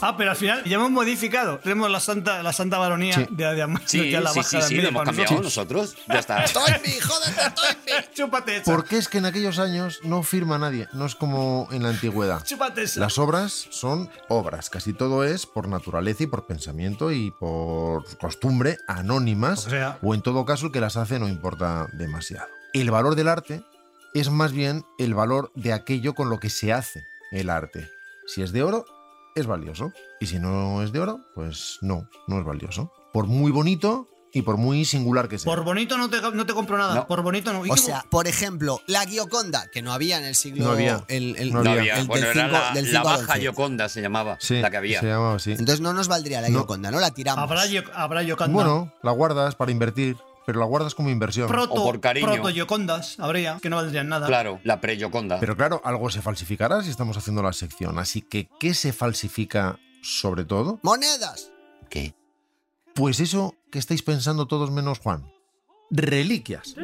Ah, pero al final ya hemos modificado. Tenemos la santa, la santa varonía Sí. de Adiamante. Sí, la sí, baja sí, de sí, Almeida lo hemos para cambiado nosotros. Ya está. ¡Toynbee, jódete, Toynbee! ¡Chúpate esa! Porque es que en aquellos años no firma nadie, no es como en la antigüedad. ¡Chúpate esa! Las obras son obras, casi todo es por naturaleza y por pensamiento y por costumbre anónimas, O sea. en todo caso el que las hace no importa demasiado. El valor del arte es más bien el valor de aquello con lo que se hace el arte. Si es de oro, es valioso. Y si no es de oro, pues no, no es valioso. Por muy bonito y por muy singular que sea. Por bonito no te, no te compro nada. No. Por bonito no. ¿Y O cómo? sea, por ejemplo, la Gioconda, que no había en el siglo. No había. El, el- No No había. había. el del bueno, era cinco- la, del la cinco al baja once. Yoconda se llamaba. Sí, la que había. se llamaba así. Entonces no nos valdría la No. Gioconda, ¿no? La tiramos. Habrá, yo- habrá Yoconda. Bueno, la guardas para invertir, pero la guardas como inversión. proto, o por cariño. proto Yocondas habría, que no valdrían nada. Claro, la pre-Yoconda. Pero claro, algo se falsificará si estamos haciendo la sección. Así que, ¿qué se falsifica sobre todo? ¡Monedas! ¿Qué? Pues eso que estáis pensando todos menos Juan. Reliquias.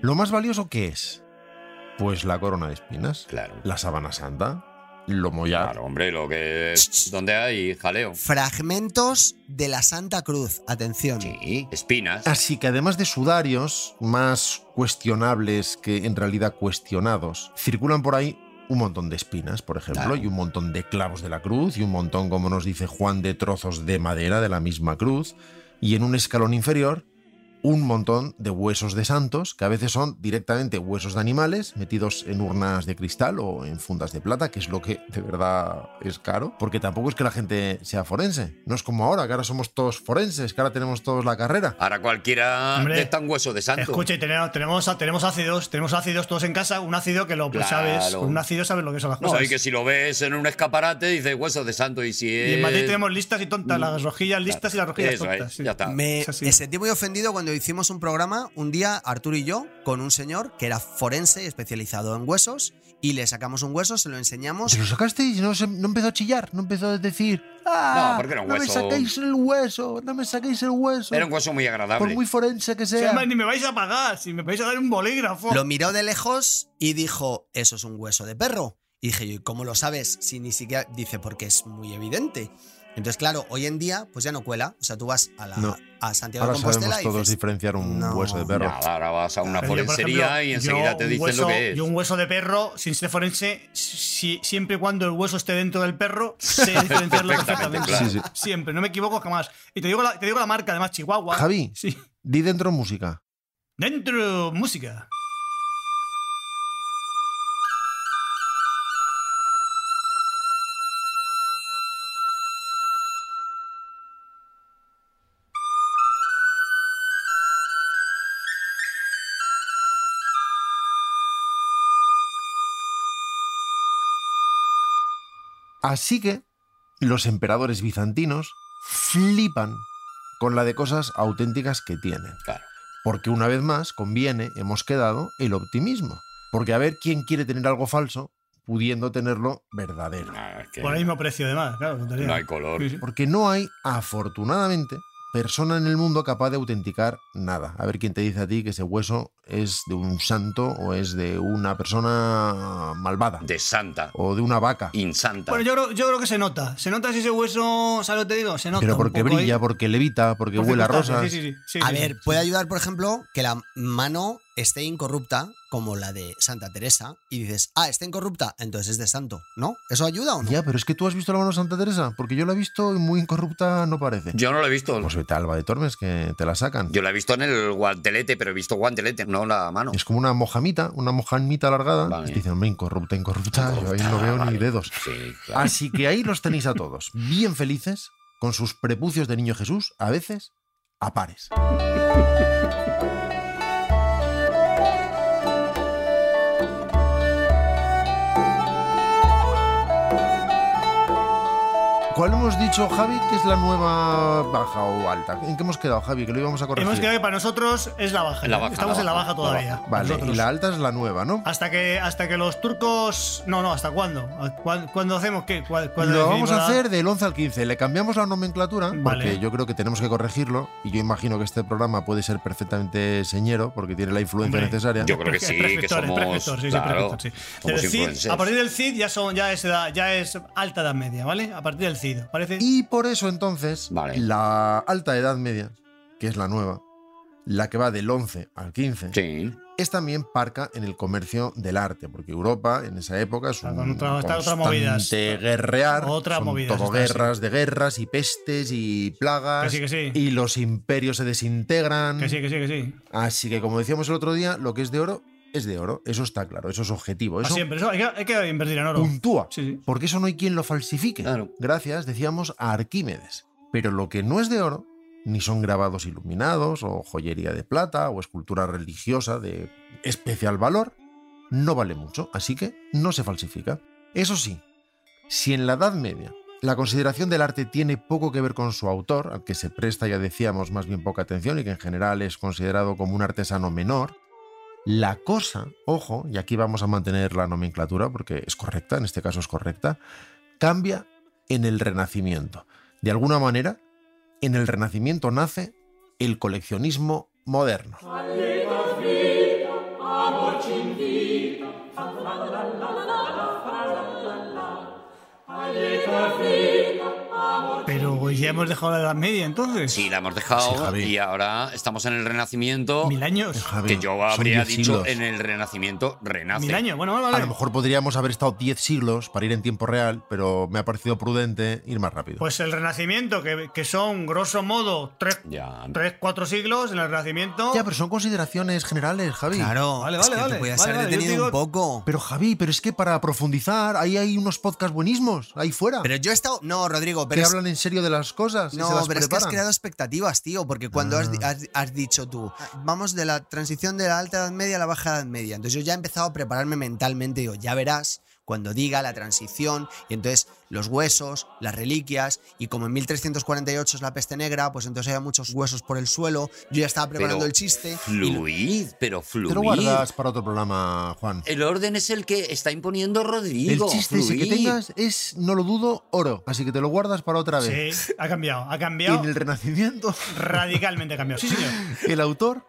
¿Lo más valioso qué es? Pues la corona de espinas, Claro. la sábana santa, lo mollar, Claro, hombre, lo que es. ¿Dónde hay jaleo? Fragmentos de la Santa Cruz. Atención. Sí, espinas. Así que además de sudarios, más cuestionables que en realidad cuestionados, circulan por ahí un montón de espinas, por ejemplo, Claro. y un montón de clavos de la cruz, y un montón, como nos dice Juan, de trozos de madera de la misma cruz, y en un escalón inferior, un montón de huesos de santos, que a veces son directamente huesos de animales metidos en urnas de cristal o en fundas de plata, que es lo que de verdad es caro, porque tampoco es que la gente sea forense, no es como ahora, que ahora somos todos forenses, que ahora tenemos todos la carrera. Ahora cualquiera Hombre, de tan hueso de santo. Escucha, y tenemos, tenemos, tenemos ácidos, tenemos ácidos todos en casa, un ácido que lo pues, Claro. sabes, con un ácido sabes lo que son las no, cosas. y que si lo ves en un escaparate, dices hueso de santo. Y si es. Y en Madrid tenemos listas y tontas, las rojillas listas y las rojillas Mm, Eso tontas. es, sí. ya está. Me, Es así. me sentí muy ofendido cuando hicimos un programa un día, Arturo y yo, con un señor que era forense especializado en huesos, y le sacamos un hueso, se lo enseñamos. Se lo sacasteis y no, se- no empezó a chillar, no empezó a decir, ah, No, porque era un me hueso". saquéis el hueso, no me saquéis el hueso. Era un hueso muy agradable. por muy forense que Sí, sea. además, ni me vais a pagar, si me vais a dar un bolígrafo. Lo miró de lejos y dijo, eso es un hueso de perro. Y dije yo, ¿y cómo lo sabes? Si ni siquiera dice, porque es muy evidente. Entonces, claro, hoy en día, pues ya no cuela. O sea, tú vas a, la, No. a Santiago de Ahora Compostela sabemos y todos dices, diferenciar un "No". hueso de perro. Nada, ahora vas a una Pero yo, por forensería ejemplo, y enseguida yo te un dicen hueso- lo que es. Yo un hueso de perro, sin ser forense, si- siempre y cuando el hueso esté dentro del perro, sé diferenciarlo Perfectamente, perfectamente. claro. Sí, sí. Siempre, no me equivoco jamás. Y te digo la, te digo la marca, además, Chihuahua. Javi. Sí. Di dentro música. Dentro, música. Así que los emperadores bizantinos flipan con la de cosas auténticas que tienen. Claro. Porque una vez más conviene, hemos quedado, el optimismo. Porque a ver quién quiere tener algo falso pudiendo tenerlo verdadero. Ah, es que Por el mismo precio, además, claro. tontería. no hay color. Sí, sí. Porque no hay, afortunadamente, persona en el mundo capaz de autenticar nada. A ver quién te dice a ti que ese hueso es de un santo o es de una persona malvada. De santa. O de una vaca. Insanta. Bueno, yo creo, yo creo que se nota. Se nota si ese hueso, ¿sabes lo que te digo? Se nota. Pero un porque poco ¿eh? ¿eh? ahí. brilla, porque levita, porque Por huele a circunstancias, rosas. Sí, sí, sí, sí, A sí, ver, sí. puede ayudar, por ejemplo, que la mano esté incorrupta, como la de Santa Teresa, y dices, ah, está incorrupta, entonces es de santo, ¿no? ¿Eso ayuda o no? Ya, pero es que tú has visto la mano de Santa Teresa, porque yo la he visto y muy incorrupta no parece. Yo no lo he visto. Pues vete a Alba de Tormes que te la sacan. Yo lo he visto en el guantelete, pero he visto guantelete, no la mano. Es como una mojamita, una mojamita alargada. Vale. Y te dicen, hombre, incorrupta, incorrupta. yo ahí no Incorrupta, veo vale. ni dedos. Sí, claro. Así que ahí los tenéis a todos, bien felices, con sus prepucios de niño Jesús, a veces a pares. ¿Cuál hemos dicho, Javi, que es la nueva baja o alta? ¿En qué hemos quedado, Javi? Que lo íbamos a corregir. Hemos quedado que para nosotros es la baja. ¿eh? La baja, Estamos la en la baja, baja la todavía. baja. Vale, nosotros. y la alta es la nueva, ¿no? Hasta que, hasta que los turcos. No, no, ¿hasta cuándo? ¿Cuán- ¿Cuándo, hacemos qué? ¿Cuál- cuándo Lo vamos definimos a la- hacer del 11 al 15. Le cambiamos la nomenclatura Vale. porque yo creo que tenemos que corregirlo y yo imagino que este programa puede ser perfectamente señero porque tiene la influencia Hombre, necesaria. yo creo que sí, que Prescriptor, es somos, prescriptor, sí, sí, claro, prescriptor, sí. somos Del CID, influencers. a partir del CID ya, son, ya, es edad- ya es alta edad media, ¿vale? A partir del CID, ¿parece? Y por eso entonces la alta edad media, que es la nueva, la que va del 11 al 15, es también parca en el comercio del arte, porque Europa en esa época es un con otra- está otra movidas. constante guerrear, Otra son movidas, todo está así. guerras de guerras y pestes y plagas, Que sí, que sí. y los imperios se desintegran. Que sí, que sí, que sí. Así que como decíamos el otro día, lo que es de oro es de oro, eso está claro, eso es objetivo, Para eso siempre, eso hay que, hay que invertir en oro. puntúa, porque eso no hay quien lo falsifique. Gracias, decíamos, a Arquímedes. Pero lo que no es de oro, ni son grabados iluminados, o joyería de plata, o escultura religiosa de especial valor, no vale mucho, así que no se falsifica. Eso sí, si en la Edad Media la consideración del arte tiene poco que ver con su autor, al que se presta, ya decíamos, más bien poca atención y que en general es considerado como un artesano menor, la cosa, ojo, y aquí vamos a mantener la nomenclatura porque es correcta, en este caso es correcta, cambia en el Renacimiento. De alguna manera, en el Renacimiento nace el coleccionismo moderno. Pero ya hemos dejado la edad media entonces. Sí, la hemos dejado y ahora estamos en el Renacimiento. Mil años. Que yo son habría diez dicho siglos. en el Renacimiento renace. bueno, vale. A lo mejor podríamos haber estado 10 siglos para ir en tiempo real, pero me ha parecido prudente ir más rápido. Pues el Renacimiento, que, que son grosso modo tres, tres, cuatro siglos en el Renacimiento. Ya, pero son consideraciones generales, Javi. Claro, Vale, es vale, que te vale, podías vale, haber vale, yo detenido digo- un poco. Pero Javi, pero es que para profundizar, ahí hay unos podcasts buenismos, ahí fuera. Pero yo he estado. No, Rodrigo, que pero. es- hablan en serio de las cosas. y No, se las pero es que has preparan. Ah. creado expectativas, tío, porque cuando has, di- has- has dicho tú, vamos de la transición de la alta edad media a la baja edad media, entonces yo ya he empezado a prepararme mentalmente, digo, ya verás cuando diga la transición, y entonces los huesos, las reliquias, y como en 1348 es la peste negra, pues entonces había muchos huesos por el suelo, yo ya estaba preparando Pero el chiste. y- Fluid, pero fluid. Te lo guardas para otro programa, Juan. Eh, El orden es el que está imponiendo El Rodrigo. chiste ese que fluid. tengas es, no lo dudo, oro. Así que te lo guardas para otra Sí, vez. ha cambiado, ha Y cambiado. en el Renacimiento, Radicalmente ha cambiado. Sí, señor. el autor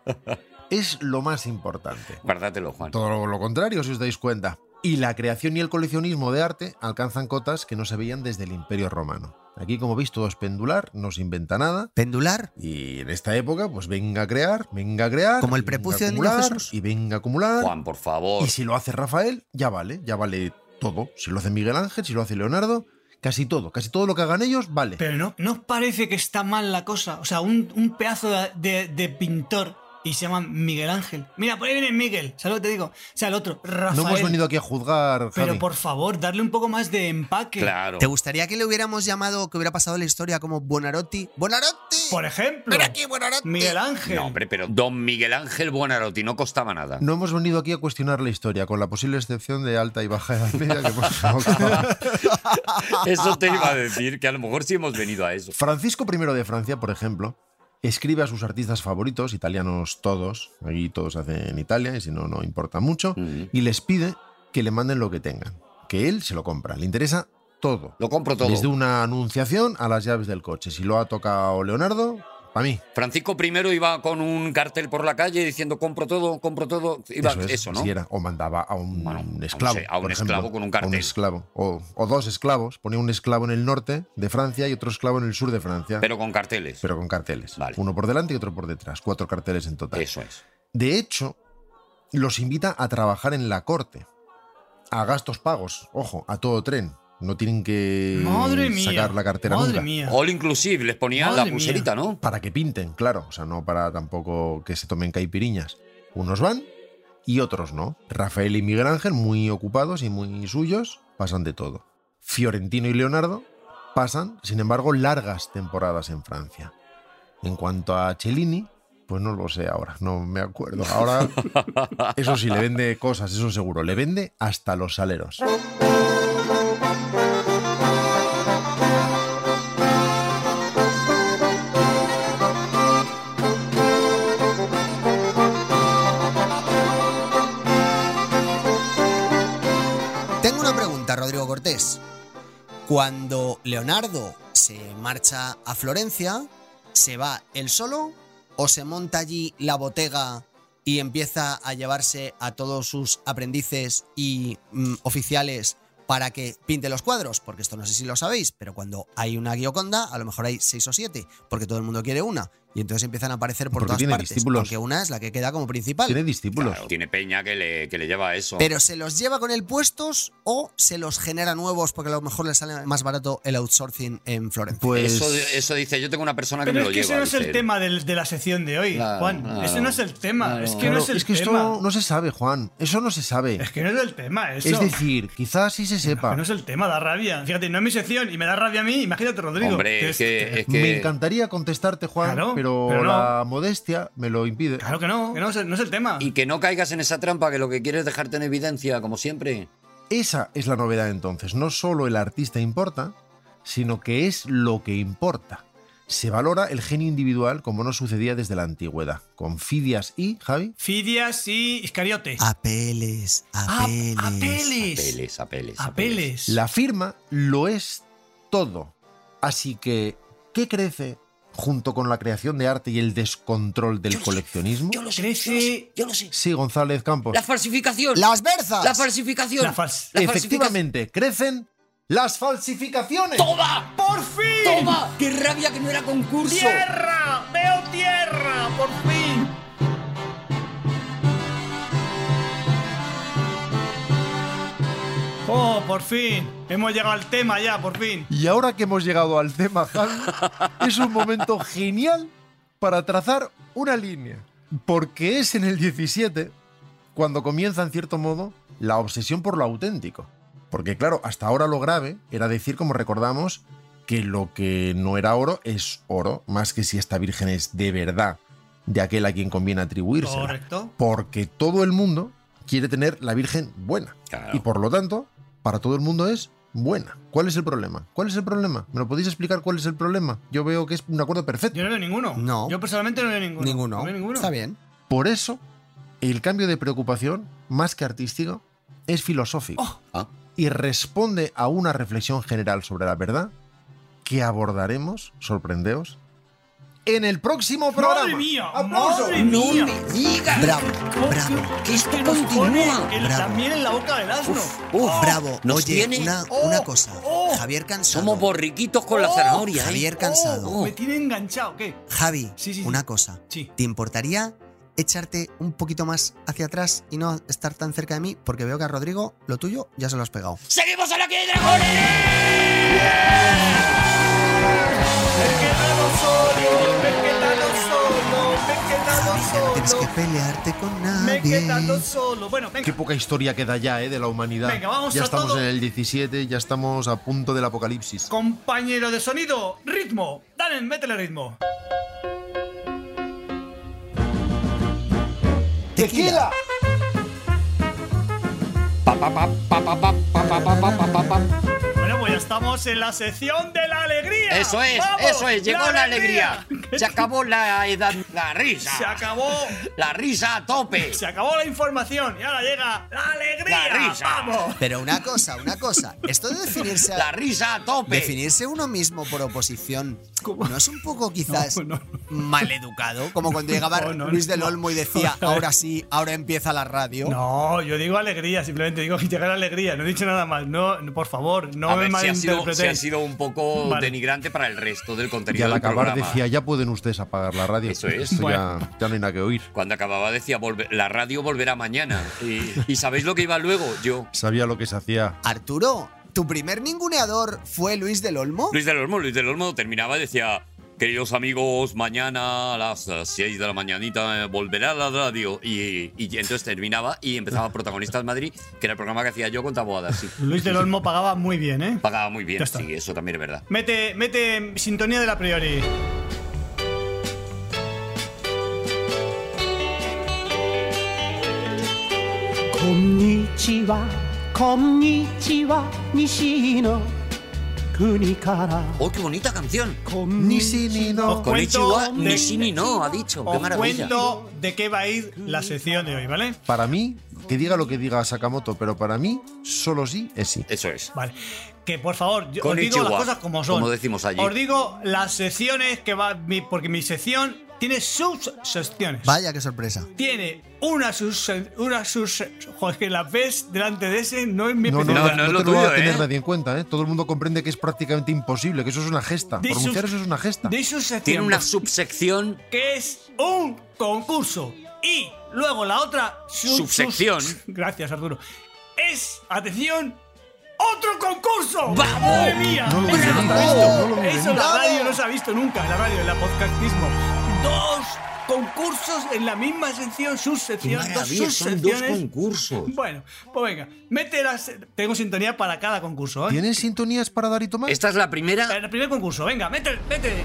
es lo más importante. Guárdatelo, Juan. Todo lo- lo contrario, si os dais cuenta. Y la creación y el coleccionismo de arte alcanzan cotas que no se veían desde el Imperio Romano. Aquí, como veis, todo es pendular, no se inventa nada. ¿Pendular? Y en esta época, pues venga a crear, venga a crear. Como el venga a prepucio del niño acumular, Jesús. Y venga a acumular. Juan, por favor. Y si lo hace Rafael, ya vale, ya vale todo. Si lo hace Miguel Ángel, si lo hace Leonardo, casi todo, casi todo lo que hagan ellos, vale. Pero no, no os parece que está mal la cosa. O sea, un, un pedazo de, de- de pintor y se llama Miguel Ángel. Mira, por ahí viene Miguel. ¿Sabes lo que te digo? O sea, el otro, Rafael. no hemos venido aquí a juzgar, Pero Javi. por favor, darle un poco más de empaque. ¿Te gustaría que le hubiéramos llamado, que hubiera pasado la historia como Buonarotti? ¡Buonarotti! Por ejemplo. ¡Ven aquí, Buonarotti! Miguel Ángel. No, hombre, pero don Miguel Ángel Buonarotti no costaba nada. No hemos venido aquí a cuestionar la historia, con la posible excepción de alta y baja edad media que hemos evocado. Eso te iba a decir, que a lo mejor sí hemos venido a eso. Francisco I de Francia, por ejemplo, escribe a sus artistas favoritos, italianos todos, aquí todos hacen en Italia, y si no, no importa mucho, Mm. y les pide que le manden lo que tengan, que él se lo compra, le interesa todo. Lo compro todo. Desde una anunciación a las llaves del coche. Si lo ha tocado Leonardo, a mí. Francisco I iba con un cartel por la calle diciendo compro todo, compro todo. Iba, eso, es, ¿no? así era. O mandaba a un esclavo. sé, a un por ejemplo. esclavo con un A cartel. esclavo. O, o dos esclavos. Ponía un esclavo en el norte de Francia y otro esclavo en el sur de Francia. Pero con carteles. pero con carteles. Uno por delante y otro por detrás. Cuatro carteles en total. Eso es. De hecho, los invita a trabajar en la corte. A gastos pagos. Ojo, a todo tren. No tienen que Madre mía, sacar la cartera madre nunca. mía. All inclusive, les ponía Madre la mía. pulserita, ¿no? Para que pinten, claro. O sea, no para tampoco que se tomen caipiriñas. Unos van y otros no. Rafael y Miguel Ángel, muy ocupados y muy suyos, pasan de todo. Fiorentino y Leonardo pasan, sin embargo, largas temporadas en Francia. En cuanto a Cellini, pues no lo sé ahora, no me acuerdo. Ahora, eso sí, le vende cosas, eso seguro. Le vende hasta los saleros. Cuando Leonardo se marcha a Florencia, ¿se va él solo o se monta allí la botega y empieza a llevarse a todos sus aprendices y mm, oficiales para que pinte los cuadros? Porque esto no sé si lo sabéis, pero cuando hay una guioconda, a lo mejor hay seis o siete, porque todo el mundo quiere una. Y entonces empiezan a aparecer por Porque todas tiene partes, discípulos. porque una es la que queda como principal. Claro, tiene peña que le, que le lleva eso. Pero se los lleva con él puestos o se los genera nuevos porque a lo mejor le sale más barato el outsourcing en Florencia. Pues, Pues, eso, eso dice, yo tengo una persona que Pero Ah, es me lo que lleva. ese no es dice el él. tema de, de la sección de hoy, Claro, Juan. claro. Ese no es el tema. Claro. Es que Claro, no es el es que esto tema. no, no se sabe, Juan. Eso no se sabe. Es que no es el tema eso. Es decir, quizás sí se sepa. Que no es el tema, da rabia. Fíjate, no es mi sección y me da rabia a mí. Imagínate, Rodrigo. que es- Me encantaría contestarte, Juan, Claro, pero, pero no. la modestia me lo impide. Claro que no, que no es, el- no es el tema. Y que no caigas en esa trampa, que lo que quieres es dejarte en evidencia, como siempre. Esa es la novedad entonces. No solo el artista importa, sino que es lo que importa. Se valora el genio individual como no sucedía desde la antigüedad. Con Fidias y, Javi, Fidias y Iscariote. Apeles, apeles. Ah, apeles. Apeles, apeles. Apeles. la firma lo es todo. Así que, ¿qué crece junto con la creación de arte y el descontrol del coleccionismo? lo sé, Crece. yo lo sé. Sí, González Campos. La falsificación. Las berzas. La falsificación. La fals- La Efectivamente, crecen las falsificaciones. ¡Toma! ¡Por fin! ¡Toma! ¡Qué rabia que no era concurso! ¡Tierra! ¡Veo tierra! ¡Por fin! Oh, por fin. Hemos llegado al tema ya, por fin. Y ahora que hemos llegado al tema, Javi, es un momento genial para trazar una línea. Porque es en el 17 cuando comienza, en cierto modo, la obsesión por lo auténtico. Porque, claro, hasta ahora lo grave era decir, como recordamos, que lo que no era oro es oro, más que si esta virgen es de verdad de aquel a quien conviene atribuirse. Correcto. Porque todo el mundo quiere tener la virgen buena. Claro. Y por lo tanto, para todo el mundo es buena. ¿Cuál es el problema? ¿Cuál es el problema? ¿Me lo podéis explicar cuál es el problema? Yo veo que es un acuerdo perfecto. Yo no veo ninguno. No. Yo personalmente no veo ninguno. Ninguno. No veo ninguno. Está bien. Por eso, el cambio de preocupación, más que artístico, es filosófico. Oh. Ah. Y responde a una reflexión general sobre la verdad que abordaremos, sorprendeos, en el próximo programa. ¡Madre mía! ¡Aplausos! ¡Madre mía! digas! Bravo, ¿Cómo bravo, que esto que nos continúa? pone el- Bravo. la miel en la boca del asno. ¡Uf! bravo. nos Oye, tiene- una, oh, una cosa. oh. Javier Cansado. Somos borriquitos con la zanahoria, ¿eh? Javier Cansado. Oh, Me tiene enganchado, ¿qué? Javi, Sí, sí, sí. una cosa. Sí. ¿Te importaría echarte un poquito más hacia atrás y no estar tan cerca de mí? Porque veo que a Rodrigo lo tuyo ya se lo has pegado. ¡Seguimos a la que hay dragones! Ya no tienes que pelearte con Ah, Me he quedado nadie. solo. Bueno, venga. Qué poca historia queda ya, ¿eh? De la humanidad. Venga, vamos ya a estamos todo. en el 17, ya estamos a punto del apocalipsis. Compañero de sonido, ritmo. Dale, métele ritmo. Tequila. Pa, pa, pa, pa, pa, pa, pa, pa, pa, pa, pa, pa, pa. Bueno, pues ya estamos en la sección de la alegría. Eso es, ¡Vamos! eso es, llegó la alegría. Se acabó la edad, la risa. Se acabó. La risa a tope. Se acabó la información y ahora llega la alegría. La risa. ¡Vamos! Pero una cosa, una cosa. Esto de definirse a- La risa a tope. Definirse uno mismo por oposición ¿Cómo? no es un poco quizás No, no. maleducado, como cuando llegaba No, no, Luis del no. Olmo y decía, ahora sí, ahora empieza la radio. No, yo digo alegría, simplemente digo que llega la alegría. No he dicho nada más. No, no, por favor, no a me ver, si ha, sido, malinterpretéis. si ha sido un poco Vale. denigrante para el resto del Y contenido al del acabar programa. decía, ya pueden ustedes apagar la radio. Eso es. Esto ya, ya no hay nada que oír. Cuando acababa decía, "Volve- la radio volverá mañana. Y, y ¿sabéis lo que iba luego? Yo. Sabía lo que se hacía. Arturo, ¿tu primer ninguneador fue Luis del Olmo? Luis del Olmo, Luis del Olmo terminaba y decía, queridos amigos, mañana a las 6 de la mañanita eh, volverá la radio. Y, y entonces terminaba y empezaba Protagonistas Madrid, que era el programa que hacía yo con Taboadas. Sí. Luis del Olmo pagaba muy bien, ¿eh? Pagaba muy Ya bien, está. sí, eso también es verdad. Mete, mete sintonía de la priori. Konnichiwa, konnichiwa, Nishino. ¡Oh, qué bonita canción! Ni si ni no. Con Ichiwa, cuento ni de- sí ni no, ha dicho. ¡Qué Os maravilla! cuento de qué va a ir la sección de hoy, ¿vale? Para mí, que diga lo que diga Sakamoto, pero para mí, solo sí es sí. Eso es. Vale. Que por favor, yo os digo Konnichiwa, las cosas como son. como decimos allí. Os digo las secciones que va. mi- porque mi sección tiene sus secciones. Vaya, qué sorpresa. Tiene una sus. Una sus. Joder, que la ves delante de ese, no es mi No, no, no, especialidad. no te lo va a tener nadie en cuenta, ¿eh? Todo el mundo comprende que es prácticamente imposible, que eso es una gesta. De Pronunciar sus- eso es una gesta. De sus secciones. Tiene una subsección, que es un concurso. Y luego la otra su- Subsección. sus- gracias, Arturo. Es, atención, otro concurso. ¡Vamos! ¡Madre mía! No lo Eso hubiera no se ha visto, visto. no lo hubiera Eso en la visto. radio no se ha visto nunca, en la radio, en la podcastismo. Dos concursos en la misma sección, sus ¡Qué secciones, dos maravilla! sus Son dos secciones. concursos. Bueno, pues venga, mete las. Tengo sintonía para cada concurso, ¿eh? ¿Tienes sintonías para dar y tomar? Esta es la primera. El primer concurso, venga, mete, mete.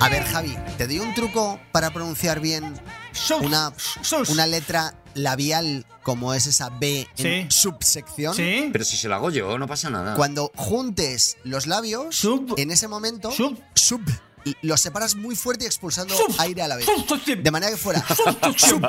A ver, Javi, te doy un truco para pronunciar bien Sus- una, sus- una letra labial como es esa B en Sí. subsección. Sí. Pero si se la hago yo, no pasa nada. Cuando juntes los labios, Ah. Sub. en ese momento, Sub. sub, y los separas muy fuerte y expulsando Sub. aire a la vez. Subsección. De manera que fuera subsección.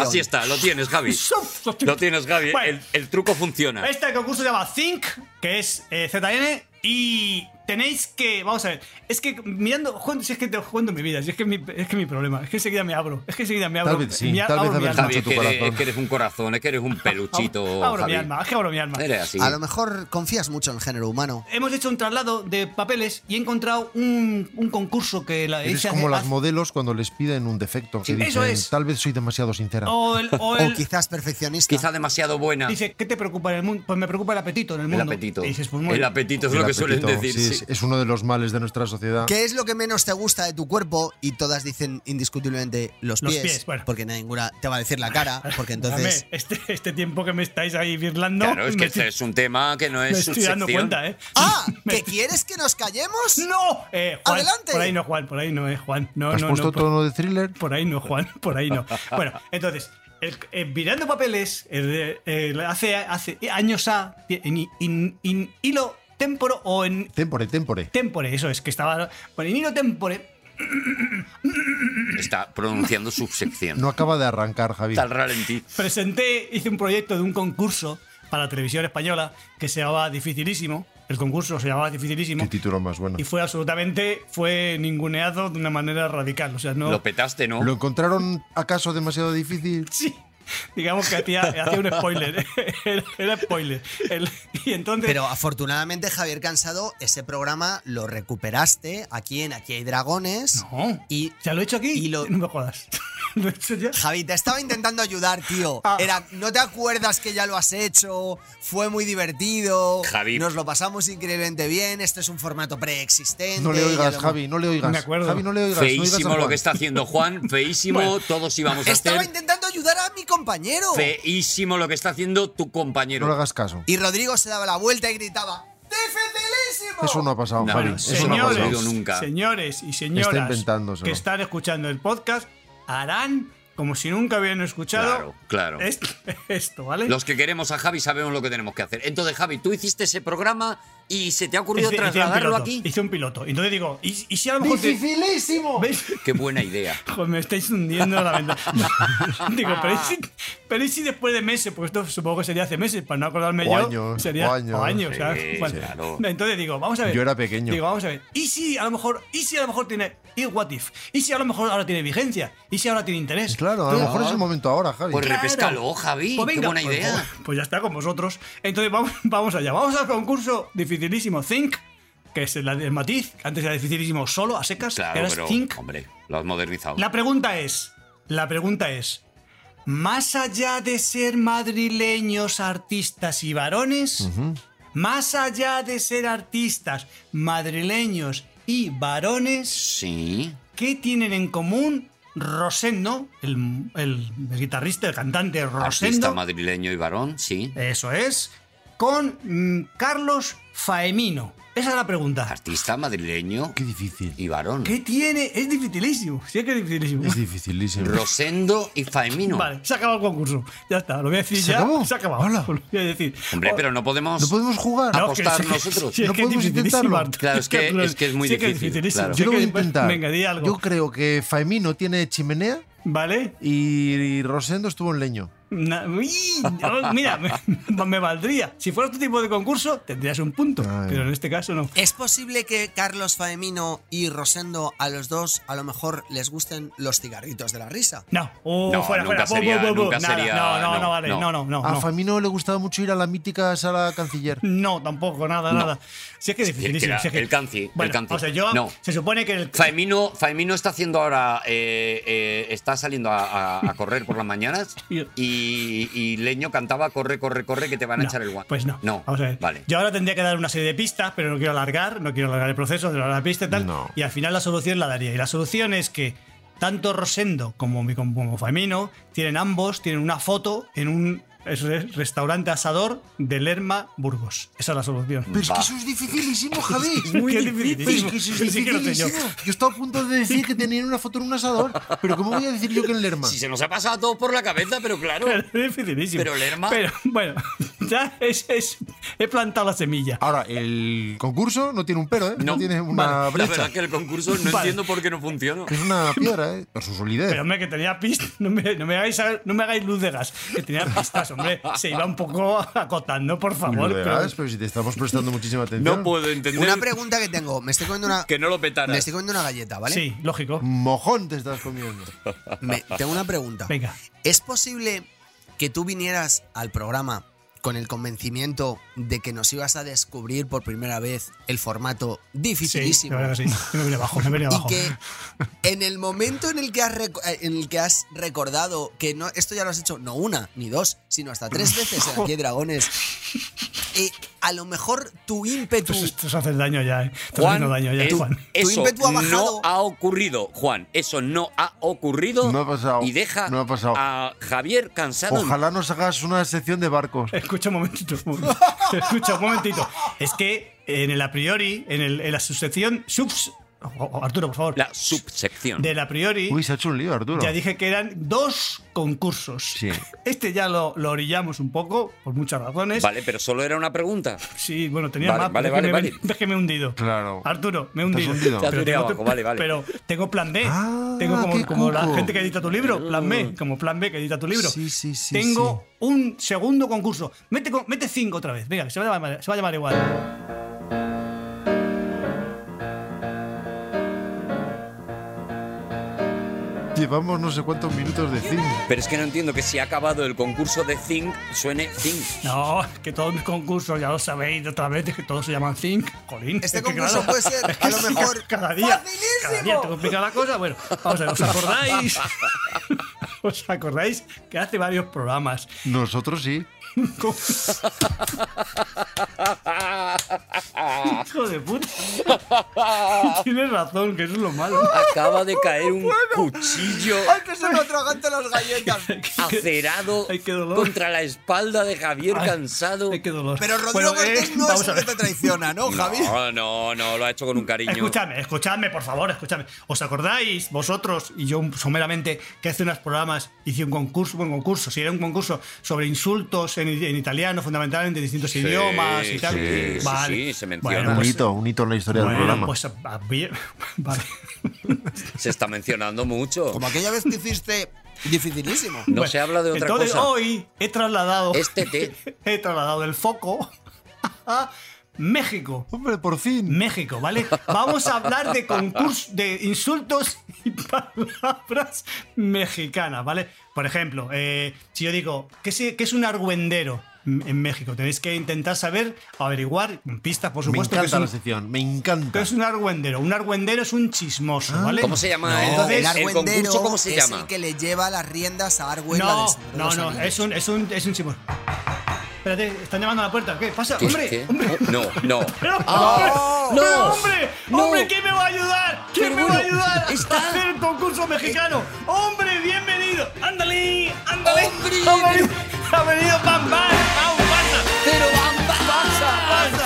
Así está, lo tienes, Javi. Subsección. Lo tienes, Javi. Bueno. El, el truco funciona. Este concurso se llama Think, que es eh, ZN, y tenéis que. Vamos a ver, es que mirando. Juan, Si es que te cuento mi vida, si es que mi, es que mi problema, es que enseguida me abro, es que enseguida me abro. Tal vez sí, me a- tal vez abro mi habrás alma. Javi, Mucho es tu que, eres, corazón. es que eres un corazón, es que eres un peluchito. abro oh, Javi. mi alma, es que abro mi alma. Eres así. A lo mejor confías mucho en el género humano. Hemos hecho un traslado de papeles y he encontrado un, un concurso que la Eres hice hace- como las hace- modelos cuando les piden un defecto. Que Sí, dicen, eso es. Oh. Tal vez soy demasiado sincera. O el. o O el- quizás perfeccionista. Quizá demasiado buena. dice, ¿qué te preocupa en el mundo? Pues me preocupa el apetito en el El mundo. apetito. Y dices, pues muy el bien. apetito es El lo que suelen apetito, decir. sí, sí. es- Es uno de los males de nuestra sociedad. ¿Qué es lo que menos te gusta de tu cuerpo? Y todas dicen indiscutiblemente los Los pies. pies, bueno. Porque ninguna te va a decir la cara. Porque entonces. Dame, este, este tiempo que me estáis ahí virlando. claro, es me que estoy- este es un tema que no es Me estoy dando subsección. cuenta, ¿eh? ¡Ah! Me ¿Que estoy- quieres que nos callemos? ¡No! Eh, Juan, ¡Adelante! Por ahí no, Juan, por ahí no, eh, Juan. No, ¿Has no, puesto no. pues- Por, tono de thriller? por ahí no, Juan, por ahí no. Bueno, entonces, el, eh, Virando Papeles, el de- el hace, hace años a, en, en- en hilo temporo o en Tempore, tempore. tempore, eso es, que estaba. Bueno, en hilo tempore. Está pronunciando subsección. No acaba de arrancar, Javi. Está al ralentí. presenté, hice un proyecto de un concurso para la televisión española que se llamaba Dificilísimo. El concurso se llamaba Dificilísimo. Qué título más bueno. Y fue absolutamente, fue ninguneado de una manera radical. O sea, no. Lo petaste, ¿no? ¿Lo encontraron acaso demasiado difícil? sí. Digamos que hacía, hacía un spoiler. era, era spoiler. El- y entonces. Pero afortunadamente, Javier Cansado, ese programa lo recuperaste aquí en Aquí hay Dragones. no. oh, Y ¿Ya lo he hecho aquí? y lo- No me jodas. ¿Lo he hecho ya? Javi, te estaba intentando ayudar, tío. Ah. Era, no te acuerdas que ya lo has hecho, fue muy divertido. Javi. Nos lo pasamos increíblemente bien. Este es un formato preexistente. No le ya oigas, lo- Javi, no le oigas. Me acuerdo. Javi, no le oigas. no oigas a Feísimo lo Juan. que está haciendo Juan, feísimo, Bueno. todos íbamos a Estaba hacer. intentando ayudar a mi compañero. Feísimo lo que está haciendo tu No le compañero. hagas caso. Y Rodrigo se daba la vuelta y gritaba: ¡Dificilísimo! Eso no ha pasado, No, Javi. no, Eso no ha señores. pasado. ocurrido nunca. Señores y Está señoras inventándoselo. que están escuchando el podcast harán como si nunca hubieran escuchado Claro, claro. est- esto, ¿vale? Los que queremos a Javi sabemos lo que tenemos que hacer. Entonces, Javi, tú hiciste ese programa y se te ha ocurrido Hice- hice un trasladarlo piloto, aquí. Hice un piloto. Y Entonces digo, ¿y, y si a lo mejor. te- ¿Veis? Qué buena idea. Joder, me estáis hundiendo la ventana. digo, pero ¿y, si, pero ¿y si después de meses? Pues esto supongo que sería hace meses, para no acordarme O yo. años, sería o años. Sí, ¿sabes? Bueno, claro. Entonces digo, vamos a ver. Yo era pequeño. Digo, vamos a ver. ¿Y si a lo mejor, y si a lo mejor tiene. ¿Y what if? ¿Y si a lo mejor ahora tiene vigencia? ¿Y si ahora tiene interés? Pues Claro, a lo mejor es el momento ahora, Javi. Pues repéscalo, Javi. Pues Qué venga, buena pues- idea. Pues, ya está con vosotros. Entonces vamos, vamos allá. Vamos al concurso dificilísimo Think, que es el, el matiz. Antes era dificilísimo solo, a secas. Claro, ahora es pero. Think. Hombre, lo has modernizado. La pregunta es, la pregunta es, más allá de ser madrileños, artistas y varones, más allá de ser artistas, madrileños y varones, Sí. ¿qué tienen en común Rosendo, el, el- el guitarrista, el cantante Artista Rosendo? madrileño y varón, sí. Eso es. con mm, Carlos Faemino. Esa es la pregunta. Artista madrileño. Qué difícil. Y varón. ¿Qué tiene? Es dificilísimo. Sí, es que es dificilísimo. Es dificilísimo. Rosendo y Faemino. Vale, se ha acabado el concurso. Ya está, lo voy a decir ¿Se ya. acabó? Se ha acabado. Hola. Lo voy a decir. Hombre, pero no podemos. No podemos jugar. No, apostar que sí, nosotros. sí, es No que es podemos dificilísimo, intentarlo. Arturo. Claro, es que- es que es muy sí Que es difícil, dificilísimo. claro. Sí Yo lo que- pues, voy a intentar. Venga, di algo. Yo creo que Faemino tiene chimenea ¿Vale? y Rosendo estuvo en leño. Na- Uy, no, mira, me, me valdría. Si fuera tu tipo de concurso, tendrías un punto. Ay. Pero en este caso no. ¿Es posible que Carlos Faemino y Rosendo a los dos a lo mejor les gusten los cigarritos de la risa? No, oh, No, fuera, fuera. nunca Bu, sería- bu, bu, bu. nunca Nada, sería- no, no, no, no, vale. no. No, no, no. a no. Faemino le gustaba mucho ir a la mítica sala canciller. No, tampoco, nada, nada. Si es que es dificilísimo. era si es que- el canci, el Bueno, canci. O sea, yo. No. Se supone que el. Faemino, Faemino está haciendo ahora. eh, eh, está saliendo a, a- a correr por las mañanas y, y Leño cantaba: corre, corre, corre, que te van a No, echar el guante. Pues no. No. Vamos a ver. Vale. Yo ahora tendría que dar una serie de pistas, pero no quiero alargar, no quiero alargar el proceso de la pista y tal. No. Y al final la solución la daría. Y la solución es que tanto Rosendo como, mi- como Famino tienen ambos, tienen una foto en un eso es, restaurante asador de Lerma Burgos. Esa es la solución. Pero es Va. que eso es dificilísimo, Javi. muy Pero dificilísimo. Es que eso es Ni siquiera lo sé yo. dificilísimo. Yo estaba a punto de decir que tenían una foto en un asador. Pero ¿cómo voy a decir yo que en Lerma? Si se nos ha pasado a todos por la cabeza, pero claro. Es dificilísimo. Pero Lerma- Pero bueno, ya es, es- he plantado la semilla. Ahora, el concurso no tiene un pero, ¿eh? No, No. tiene una La brecha. verdad que el concurso no entiendo por qué no funciona. Es una piedra, ¿eh? Por su solidez. Pero hombre, que tenía pistas. No me, no me hagáis, no me hagáis luz de gas. Que tenía pistas, hombre. Se iba un poco acotando, por favor. Lo de pero- gas, pero si te estamos prestando muchísima atención. No puedo entender Una pregunta que tengo. Me estoy comiendo una, que no lo me petaras. estoy comiendo una galleta, ¿vale? Sí, lógico. Mojón te estás comiendo. Me- tengo una pregunta. Venga. ¿Es posible que tú vinieras al programa con el convencimiento de que nos ibas a descubrir por primera vez el formato Sí, la dificilísimo? verdad que sí. Yo me venía abajo, me venía Y abajo. que en el momento en el que has, reco- eh, en el que has recordado que no, esto ya lo has hecho no una ni dos, sino hasta tres veces en Aquí hay Dragones, eh, a lo mejor tu ímpetu, Estos, estos hacen daño ya, ¿eh? Estás haciendo Juan, daño ya, es- Juan. eso ímpetu ha no bajado. ha ocurrido, Juan. Eso no ha ocurrido. No ha pasado, Y deja no ha pasado. a Javier cansado. en Ojalá nos hagas una sección de barcos. Escucha un momentito. un momento. Escucha un momentito. Es que en el a priori, en, el, en la sucesión subs. oh, oh, Arturo, por favor. La subsección. Del a priori. Uy, se ha hecho un lío, Arturo. Ya dije que eran dos concursos. Sí. Este ya lo, lo orillamos un poco, por muchas razones. Vale, pero solo era una pregunta. Sí, bueno, tenía Vale, más. vale, pero es que vale, me- vale. es que me he hundido. Claro. Arturo, me he Te has hundido. hundido. Te has hundido abajo, vale, vale. pero tengo plan B. Ah, tengo qué como, como la cuco. gente que edita tu libro, plan B, como plan B que edita tu libro. Sí, sí, sí, Tengo un segundo concurso. Mete, con- mete cinco otra vez. Venga, que se va a llamar, se va a llamar igual. Llevamos no sé cuántos minutos de cine. Pero es que no entiendo que si ha acabado el concurso de Think, suene Think. No, es que todos mis concursos, ya lo sabéis otra vez, es que todos se llaman Think. Colín. este es que concurso claro, puede ser a lo mejor cada día. Cada día facilísimo. te complica la cosa. Bueno, vamos a ver, ¿os acordáis? ¿Os acordáis que hace varios programas Nosotros sí. ¿Cómo? Hijo de puta. Tienes razón, que eso es lo malo. Acaba de caer un cuchillo ¡Ay, que se me atragantan las galletas! acerado Ay, qué dolor. contra la espalda de Javier Ay, cansado. Ay, qué dolor. Pero Rodrigo Bueno, eh, Cortés no vamos es a el que ver. te traiciona, ¿no, Javi? No, no, no, lo ha hecho con un cariño. Escuchadme, escuchadme, por favor, escuchadme. ¿Os acordáis vosotros y yo someramente que hace unos programas hice un concurso, un concurso, si era un concurso sobre insultos en, en italiano, fundamentalmente en distintos idiomas y tal? sí, sí, vale. sí, se menciona. un pues- hito, un hito en la historia del bueno, programa. pues, a- a- bien, vale. Se está mencionando mucho. Como aquella vez que hiciste dificilísimo. No Bueno, se habla de otra entonces, cosa. hoy he trasladado. Este té. He trasladado el foco a México. Hombre, por fin. México, ¿vale? Vamos a hablar de concursos de insultos y palabras mexicanas, ¿vale? Por ejemplo, eh, si yo digo, ¿qué, se- qué es un argüendero en en México? Tenéis que intentar saber, averiguar, con pistas, por Me supuesto, que es, encanta la un, sección, me encanta. qué es un argüendero. Un argüendero es un chismoso, ¿vale? Ah. ¿Cómo se llama? No, entonces, el el argüendero concurso, ¿cómo se es llama? el que le lleva las riendas a Arwen la No, del Señor de no, los no, Anillos. es un, es un, es un chismoso. Espérate, están llamando a la puerta. ¿Qué pasa? ¿Qué- hombre, qué? hombre. No, no. Pero, Ah, hombre, pero, no, hombre, no. hombre, ¿quién me va a ayudar? ¿Quién Pero me va a bueno, ayudar está- Eh. a hacer el concurso mexicano? Hombre, bienvenido. Ándale, ándale. Hombre, ha venido, ha venido Bam Bam, Bam Bam. Pero vamos,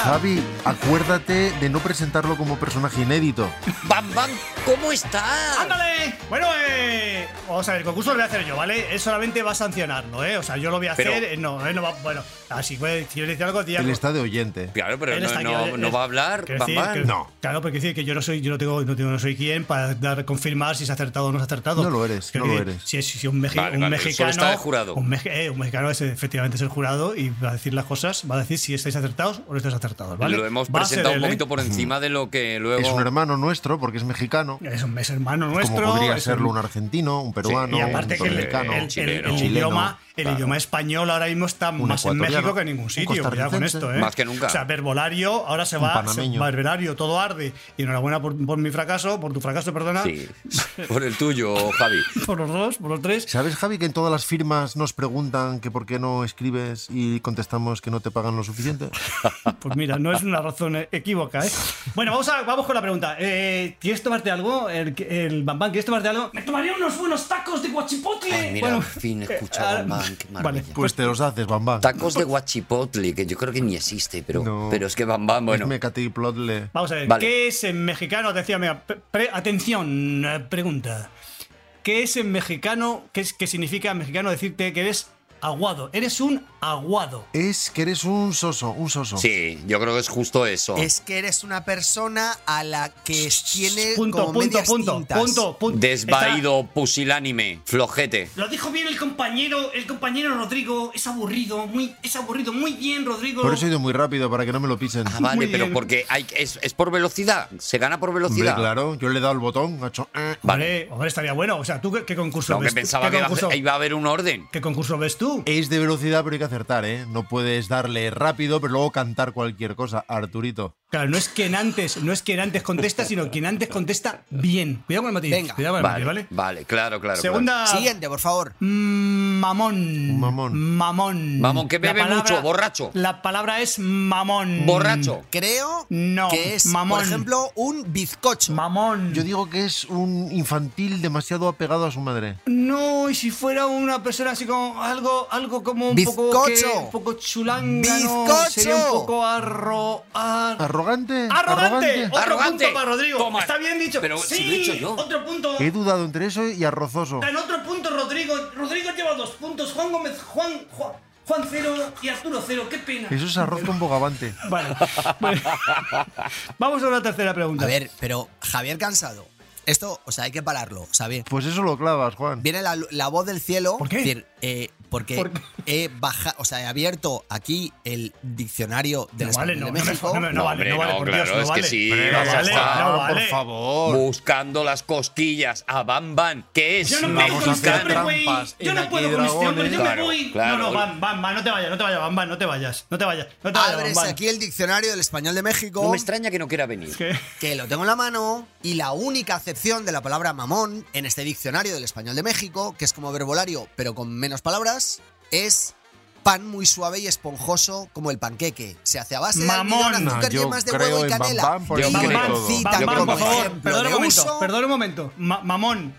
Javi, acuérdate de no presentarlo como personaje inédito. ¡Bam, bam! ¿Cómo estás? ¡Ándale! Bueno, eh, vamos a ver, el concurso lo voy a hacer yo, ¿vale? Él solamente va a sancionarlo, ¿eh? O sea, yo lo voy a hacer, Pero- eh, no, él no va, bueno, así puede, si yo le dice algo, tía, pues, Él está de oyente. Claro, pero Él no, está aquí, no- él- no él- va a hablar. quiero Bam, decir bam. que- Claro, porque decir que yo no soy, yo no tengo, no tengo, no soy quien para dar confirmar si se ha acertado o no se ha acertado. No lo eres, Quiero no lo decir, eres. Si es si un, meji- Vale, un vale, solo mexicano, está de jurado. Un, meje- eh, un mexicano es efectivamente es el jurado y va a decir las cosas, va a decir si estáis acertados o no estáis acertados, ¿vale? Lo hemos Va a ser presentado un él, ¿eh? poquito por encima de lo que luego. Es un hermano nuestro porque es mexicano. Es un mes hermano nuestro. como podría es serlo un- un argentino, un peruano, y aparte un que el, dominicano, el- el- un el chileno, idioma, el claro. idioma español ahora mismo está Un más en ecuatoriano, México que en ningún un sitio. Cuidado con costarricense. esto, ¿eh? Más que nunca. O sea, verbolario, ahora se Un va, panameño. se- verbolario, todo arde. Y enhorabuena por, por mi fracaso, por tu fracaso, perdona. Sí. Por el tuyo, Javi. Por los dos, por los tres. ¿Sabes, Javi, que en todas las firmas nos preguntan que por qué no escribes y contestamos que no te pagan lo suficiente? Pues mira, no es una razón eh, equívoca, ¿eh? Bueno, vamos, a, vamos con la pregunta. Eh, ¿Quieres tomarte algo? El, el Bambán, ¿quieres tomarte algo? Me tomaría unos buenos tacos de guachipotle. Ay, mira, Bueno, al fin he eh, escuchado al man, qué vale. maravilla. Pues te los haces, bambán. Tacos de guachipotli, que yo creo que ni existe, pero, No. pero es que Bam Bam, bueno. Dime, Cati, plotle. Vamos a ver, Vale. ¿qué es en mexicano? Decía, mira, pre- pre- atención, eh, pregunta. ¿Qué es en mexicano? ¿Qué, es, ¿Qué significa en mexicano decirte que eres aguado? Eres un aguado. Es que eres un soso, un soso. Sí, yo creo que es justo eso. Es que eres una persona a la que tiene Punto, como punto, medias punto, tintas. punto, punto. Desvaído, pusilánime, flojete. Está- Lo dijo bien el compañero, el compañero Rodrigo. Es aburrido, muy, es aburrido, muy bien, Rodrigo. Por eso he ido muy rápido, para que no me lo pisen. Ah, vale, Muy pero bien. porque hay, es, es por velocidad. Se gana por Hombre, velocidad. claro, yo le he dado el botón, ha hecho, eh. Hombre, hombre, estaría bueno. O sea, ¿tú qué, qué concurso No, que ves? tú? pensaba ¿Qué que iba concurso, a, iba a haber un orden. qué concurso ves tú? Es de velocidad, pero hay que acertar, ¿eh? No puedes darle rápido, pero luego cantar cualquier cosa, Arturito. Claro, no es quien antes, no es quien antes contesta, sino quien antes contesta bien. Cuidado con el matiz. Venga. cuidado con el Vale, matiz, ¿vale? vale, claro, claro. claro. Segunda. Siguiente, por favor. Mm, Mamón. Mamón. Mamón. Mamón, que La bebe mucho, borracho. La palabra es mamón. Borracho. Creo No, que es, mamón. por ejemplo, un bizcocho. Mamón. Yo digo que es un infantil demasiado apegado a su madre. no, y si fuera una persona así como algo, algo como un poco, que- Bizcocho. un poco chulanga, Bizcocho. sería un poco arro, ar- ¿Arrogante? arrogante. Otro Arrogante. punto para Rodrigo. Toma. Está bien dicho. Pero sí, si lo he dicho yo. Otro punto. He dudado entre eso y arrozoso. En otro punto Rodrigo. Rodrigo lleva dos puntos. Juan Gómez, Juan, Juan, Juan cero y Arturo cero. Qué pena. Eso es arroz con bogavante. Vale. Vale. Vamos a una tercera pregunta. A ver, pero Javier Cansado. Esto, o sea, hay que pararlo, ¿sabes? Pues eso lo clavas, Juan. Viene la, la voz del cielo. ¿Por qué? es decir, eh, porque ¿Por qué? he baja, o sea, he abierto aquí el diccionario del No vale, español no, de no me- México. no me- No, no vale, hombre, no vale, no, por claro, Dios, no es que vale. sí, No vamos a vale, estar, no por vale. favor. Buscando las cosquillas a Bam Bam, que es Yo no Vamos puedo a con este hacer hombre, güey. trampas Yo en no Aquí puedo con este Dragones. hombre, yo Claro, me voy. claro. No, no, van, van, van, no te vayas, no te vayas, van, van, no te vayas, no te vayas, no te vayas, van, Abres van. aquí el diccionario del español de México. No me extraña que no quiera venir. ¿Qué? que lo tengo en la mano y la única acepción de la palabra mamón en este diccionario del español de México, que es como verbolario pero con menos palabras, es pan muy suave y esponjoso como el panqueque. Se hace a base de Mamón. almidón, azúcar, Yo yemas de creo huevo y en canela. Bam Bam por Y encima de todo. pancita Van, Yo van, creo como por que- favor, ejemplo perdona de un momento, uso. perdona un momento. Ma- mamón,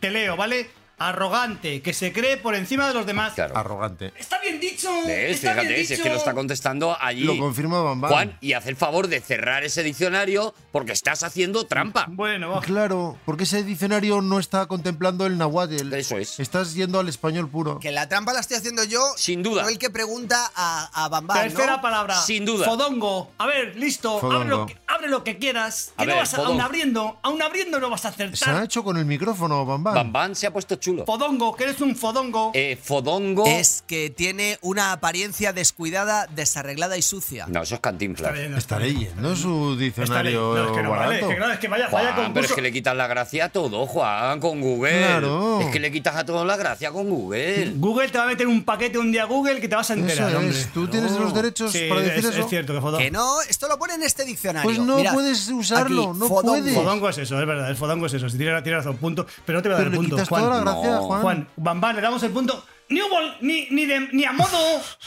te leo, ¿vale? Arrogante, que se cree por encima de los demás. Claro. Arrogante. Está bien dicho. ¿Ves? está bien Fíjate, si es dicho. que lo está contestando allí. Lo confirma Bam Bam. Juan, y haz el favor de cerrar ese diccionario porque estás haciendo trampa. Bueno, vamos. Claro, porque ese diccionario no está contemplando el nahuatl. Eso es. Estás yendo al español puro. Que la trampa la estoy haciendo yo. Sin duda. No el que pregunta a, a Bambán, ¿no? Tercera palabra. Sin duda. Fodongo. A ver, listo. Fodongo. Abre lo, que, abre lo que quieras. Que A no ver, vas a, fodongo. aún abriendo. Aún abriendo no vas a Se ha acertar. hecho con el micrófono, Bambán. Bam Bam se ha puesto chulo. Fodongo, que eres un fodongo. Eh, fodongo. Es que tiene una apariencia descuidada, desarreglada y sucia. No, eso es cantinflas. Está bien, no Estaré yendo su Está bien. diccionario No, es que no vale. Es barato. que, no, es que vaya, vaya Juan, pero es concurso. que le quitas la gracia a todo, Juan, con Google. Claro. Es que le quitas a todo la gracia con Google. Google te va a meter un paquete un día a Google que te vas a enterar. Eso hombre. Oh. es. Tú tienes los derechos Sí, para decir es, eso. es cierto que fodongo. Que no, esto lo pone en este diccionario. Pues no Mirad, puedes usarlo, aquí, no fodongo. puedes. Fodongo es eso, es verdad. El fodongo es eso. Si tienes tiene razón, punto. Pero no te va a dar Pero el le punto. quitas Juan, toda la gracia, No. Juan. Juan, Van Van, le damos el punto. Ni, hubo- ni, ni, de- ni a modo,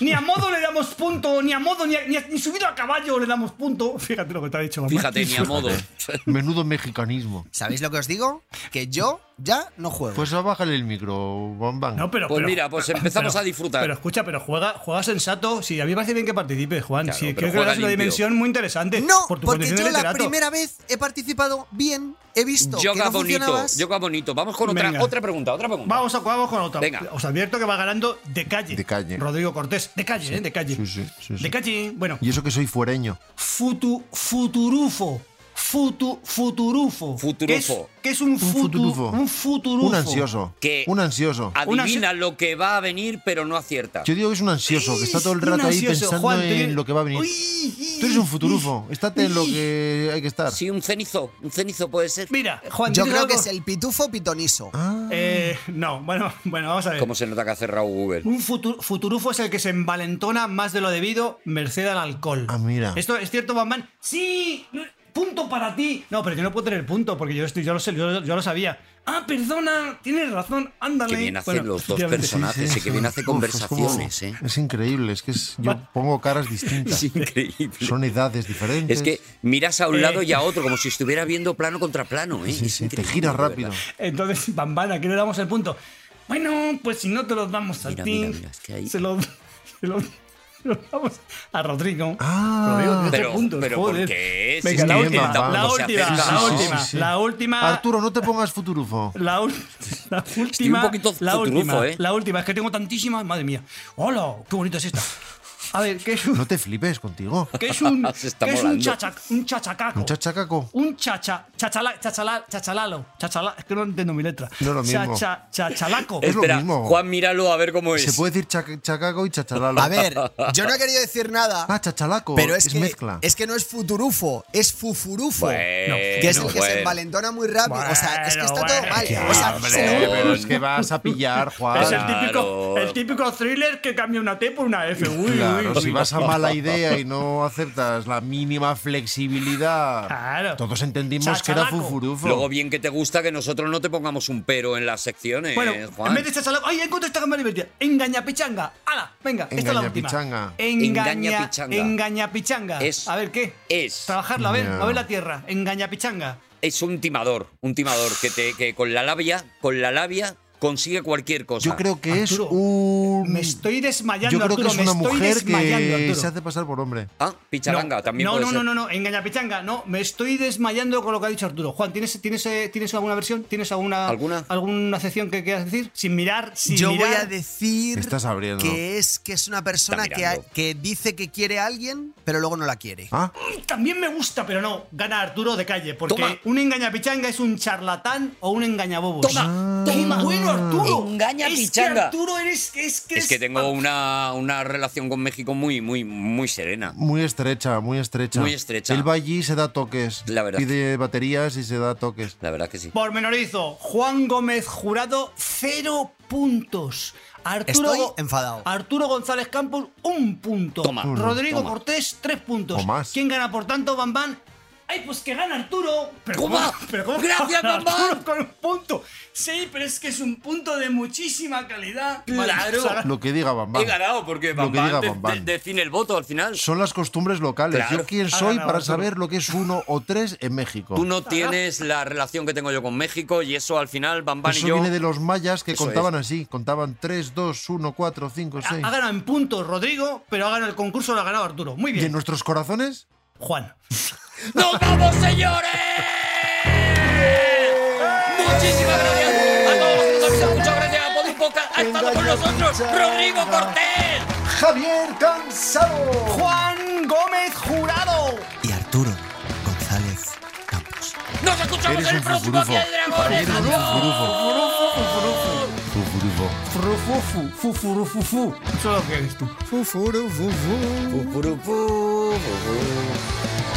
ni a modo le damos punto, ni a modo, ni, a- ni, a- ni subido a caballo le damos punto. Fíjate lo que te ha dicho, Van Van. Fíjate, ni a modo. Menudo mexicanismo. ¿Sabéis lo que os digo? Que yo ya no juego. Pues a bájale el micro, bombán. No, Pues pero, pero- pero- Pero escucha, pero juega, juega sensato. Sí, a mí me parece bien que participes, Juan. Claro, sí, pero creo que le juega das una limpio. dimensión muy interesante. No, por tu porque condición yo de la literato. primera vez he participado bien, he visto que Yoga no bonito, funcionabas. yoga bonito. Vamos con otra, Venga. otra pregunta, otra pregunta. Vamos a vamos con otra. Venga. Os advierto que va ganando de calle. De calle. Rodrigo Cortés. De calle, Sí, ¿eh? De calle. sí, sí, sí, sí. De calle. eh. Bueno, Y eso que soy fuereño. futu, futurufo. Futu, futurufo. Futurufo. ¿Qué es, qué es un, futu- futurufo. Un futurufo. Un ansioso. Que- Un ansioso. Adivina lo que va a venir, pero no acierta. Yo digo que es un ansioso, que está todo el Un rato ahí ansioso, pensando Juan, tú eres- en lo que va a venir. Uy, Tú eres un futurufo. Estate en lo que hay que estar. Sí, un cenizo, un cenizo puede ser. Mira, Juan, Yo ¿dices creo algo? que es el pitufo pitoniso. Ah. Eh, no, bueno, bueno, vamos a ver. ¿Cómo se nota que ha cerrado Google? Un futu- futurufo es el que se envalentona más de lo debido, merced al alcohol. Ah, mira. ¿Esto es cierto, Bamban? ¡Sí! ¡Punto para ti! No, pero yo no puedo tener punto, porque yo, estoy, yo, lo, sé, yo, yo lo sabía. Ah, perdona, tienes razón, ándale. Que bien hacen Bueno, los dos efectivamente. personajes y que bien hace Uf, es como- conversaciones, ¿eh? Es increíble, es que es- yo pongo caras distintas. Es increíble. Son edades diferentes. Es que miras a un Eh. lado y a otro, como si estuviera viendo plano contra plano, ¿eh? Sí, Es sí, te increíble, giras de verdad. rápido. Entonces, Bamban, ¿a qué le damos el punto? Bueno, pues si no te los damos a Mira, ti, mira, mira, es que ahí- se los se los- se los damos a Rodrigo. Ah, Rodrigo, tres pero- puntos, pero joder. ¿por qué? Si Venga, es la que última, tampoco la se última, acerca. la Sí, sí, última, sí. la última. Arturo, no te pongas futurufo. La, ul- la última. un poquito la futurufo, última, ¿eh? La última, es que tengo tantísimas. Madre mía. ¡Hola! ¡Qué bonita es esta! A ver, ¿qué es un. No te flipes contigo. ¿Qué es un. Se está ¿Qué es un, molando. chacha, un chachacaco? Un chachacaco. Un chacha. Chachala, chachala, chachalalo. Chachala, es que no entiendo mi letra. No es lo mismo. Chacha, chachalaco. Es lo Espera, mismo. Juan, míralo a ver cómo es. Se puede decir chaca- chacaco y chachalalo. A ver, yo no he querido decir nada, Ah, chachalaco. pero es, que, mezcla. es que no es futurufo, es fufurufo. Bueno, que es el que se bueno. envalentona muy rápido. o sea, es que está todo Bueno, mal. bueno. O sea, Hombre, se- pero es que vas a pillar, Juan. Es el típico, Claro. el típico thriller que cambia una T por una F. Uy, uy, Claro, uy. si vas a mala idea y no aceptas la mínima flexibilidad, Claro. todos entendimos que era Ah. Chachalaco. fufurufo. Luego bien que te gusta que nosotros no te pongamos un pero en las secciones, Bueno, Eh, Juan. en vez de chachalaco. ¡Ay, encontré esta cámara divertida! ¡Engaña pichanga! ¡Hala! Venga, esta es la última. Engañapichanga. Engaña Engañapichanga. Engaña pichanga. Es- a ver qué. es- Trabajarla, a ver, No. a ver la tierra. Engaña pichanga. Es un timador, un timador que, te, que con la labia, con la labia consigue cualquier cosa. Yo creo que Arturo, es un. Me estoy desmayando, Yo creo Arturo, que es una me estoy mujer desmayando, que Arturo. se hace pasar por hombre. Ah, picharanga también no, puede no, ser. no, no, no, engaña pichanga, no, me estoy desmayando con lo que ha dicho Arturo. Juan, ¿tienes, tienes, eh, ¿tienes alguna versión? ¿Tienes alguna, ¿Alguna? alguna sección que quieras decir? Sin mirar, sin yo mirar. voy a decir Estás abriendo. que es que es una persona Está que, ha- mirando. que dice que quiere a alguien, pero luego no la quiere. Ah, También me gusta, pero no, gana Arturo de calle, porque Toma. un engañapichanga es un charlatán o un engañabobos. Toma, ¡Qué toma. bueno, Arturo! Es que Engañapichanga. Arturo eres... Es que, Es que tengo una, una relación con México muy, muy, muy serena. muy estrecha, muy estrecha. Muy estrecha. Él va allí y se da toques. La verdad. Pide baterías y se da toques. La verdad que sí. Pormenorizo, Juan Gómez Jurado, cero puntos. Arturo, Estoy enfadado. Arturo González Campos, un punto. Toma, Rodrigo toma. Cortés, tres puntos. O más. ¿Quién gana por tanto, Bambán? ¡Ay, pues que gana Arturo! Pero ¿Cómo? pero ¿cómo Gracias, gana Bambán. Arturo Con un punto. Sí, pero es que es un punto de muchísima calidad. Claro. Vale, pues Lo que diga Bambán. He ganado porque Lo Bam que Bam diga de- Bam Bam. de- define el voto al final. Son las costumbres locales. Claro. Yo quién Ha soy ganado, para Arturo. saber lo que es uno o tres en México. Tú no tienes la relación que tengo yo con México y eso al final Bam Bam Eso y yo. viene de los mayas que Eso contaban así. Contaban 3, 2, 1, 4, 5, ha, 6. ha ganado en puntos Rodrigo, pero ha ganado el concurso, lo ha ganado Arturo. Muy ¿Y en bien, nuestros corazones? Juan. ¡Nos vamos, señores! Muchísimas gracias a todos los que nos habéis escuchado. Gracias a Podimpoca. Ha estado con nosotros Rodrigo Cortés. ¡Javier Cansado! Juan Gómez Jurado. Y Arturo González Campos. Nos escuchamos en el próximo Día de Dragones. Eres un fufurufo. Fufurufo. Frufufu, fufurufufu. Eso es lo que eres tú. Fufuru, fufu. Adiós.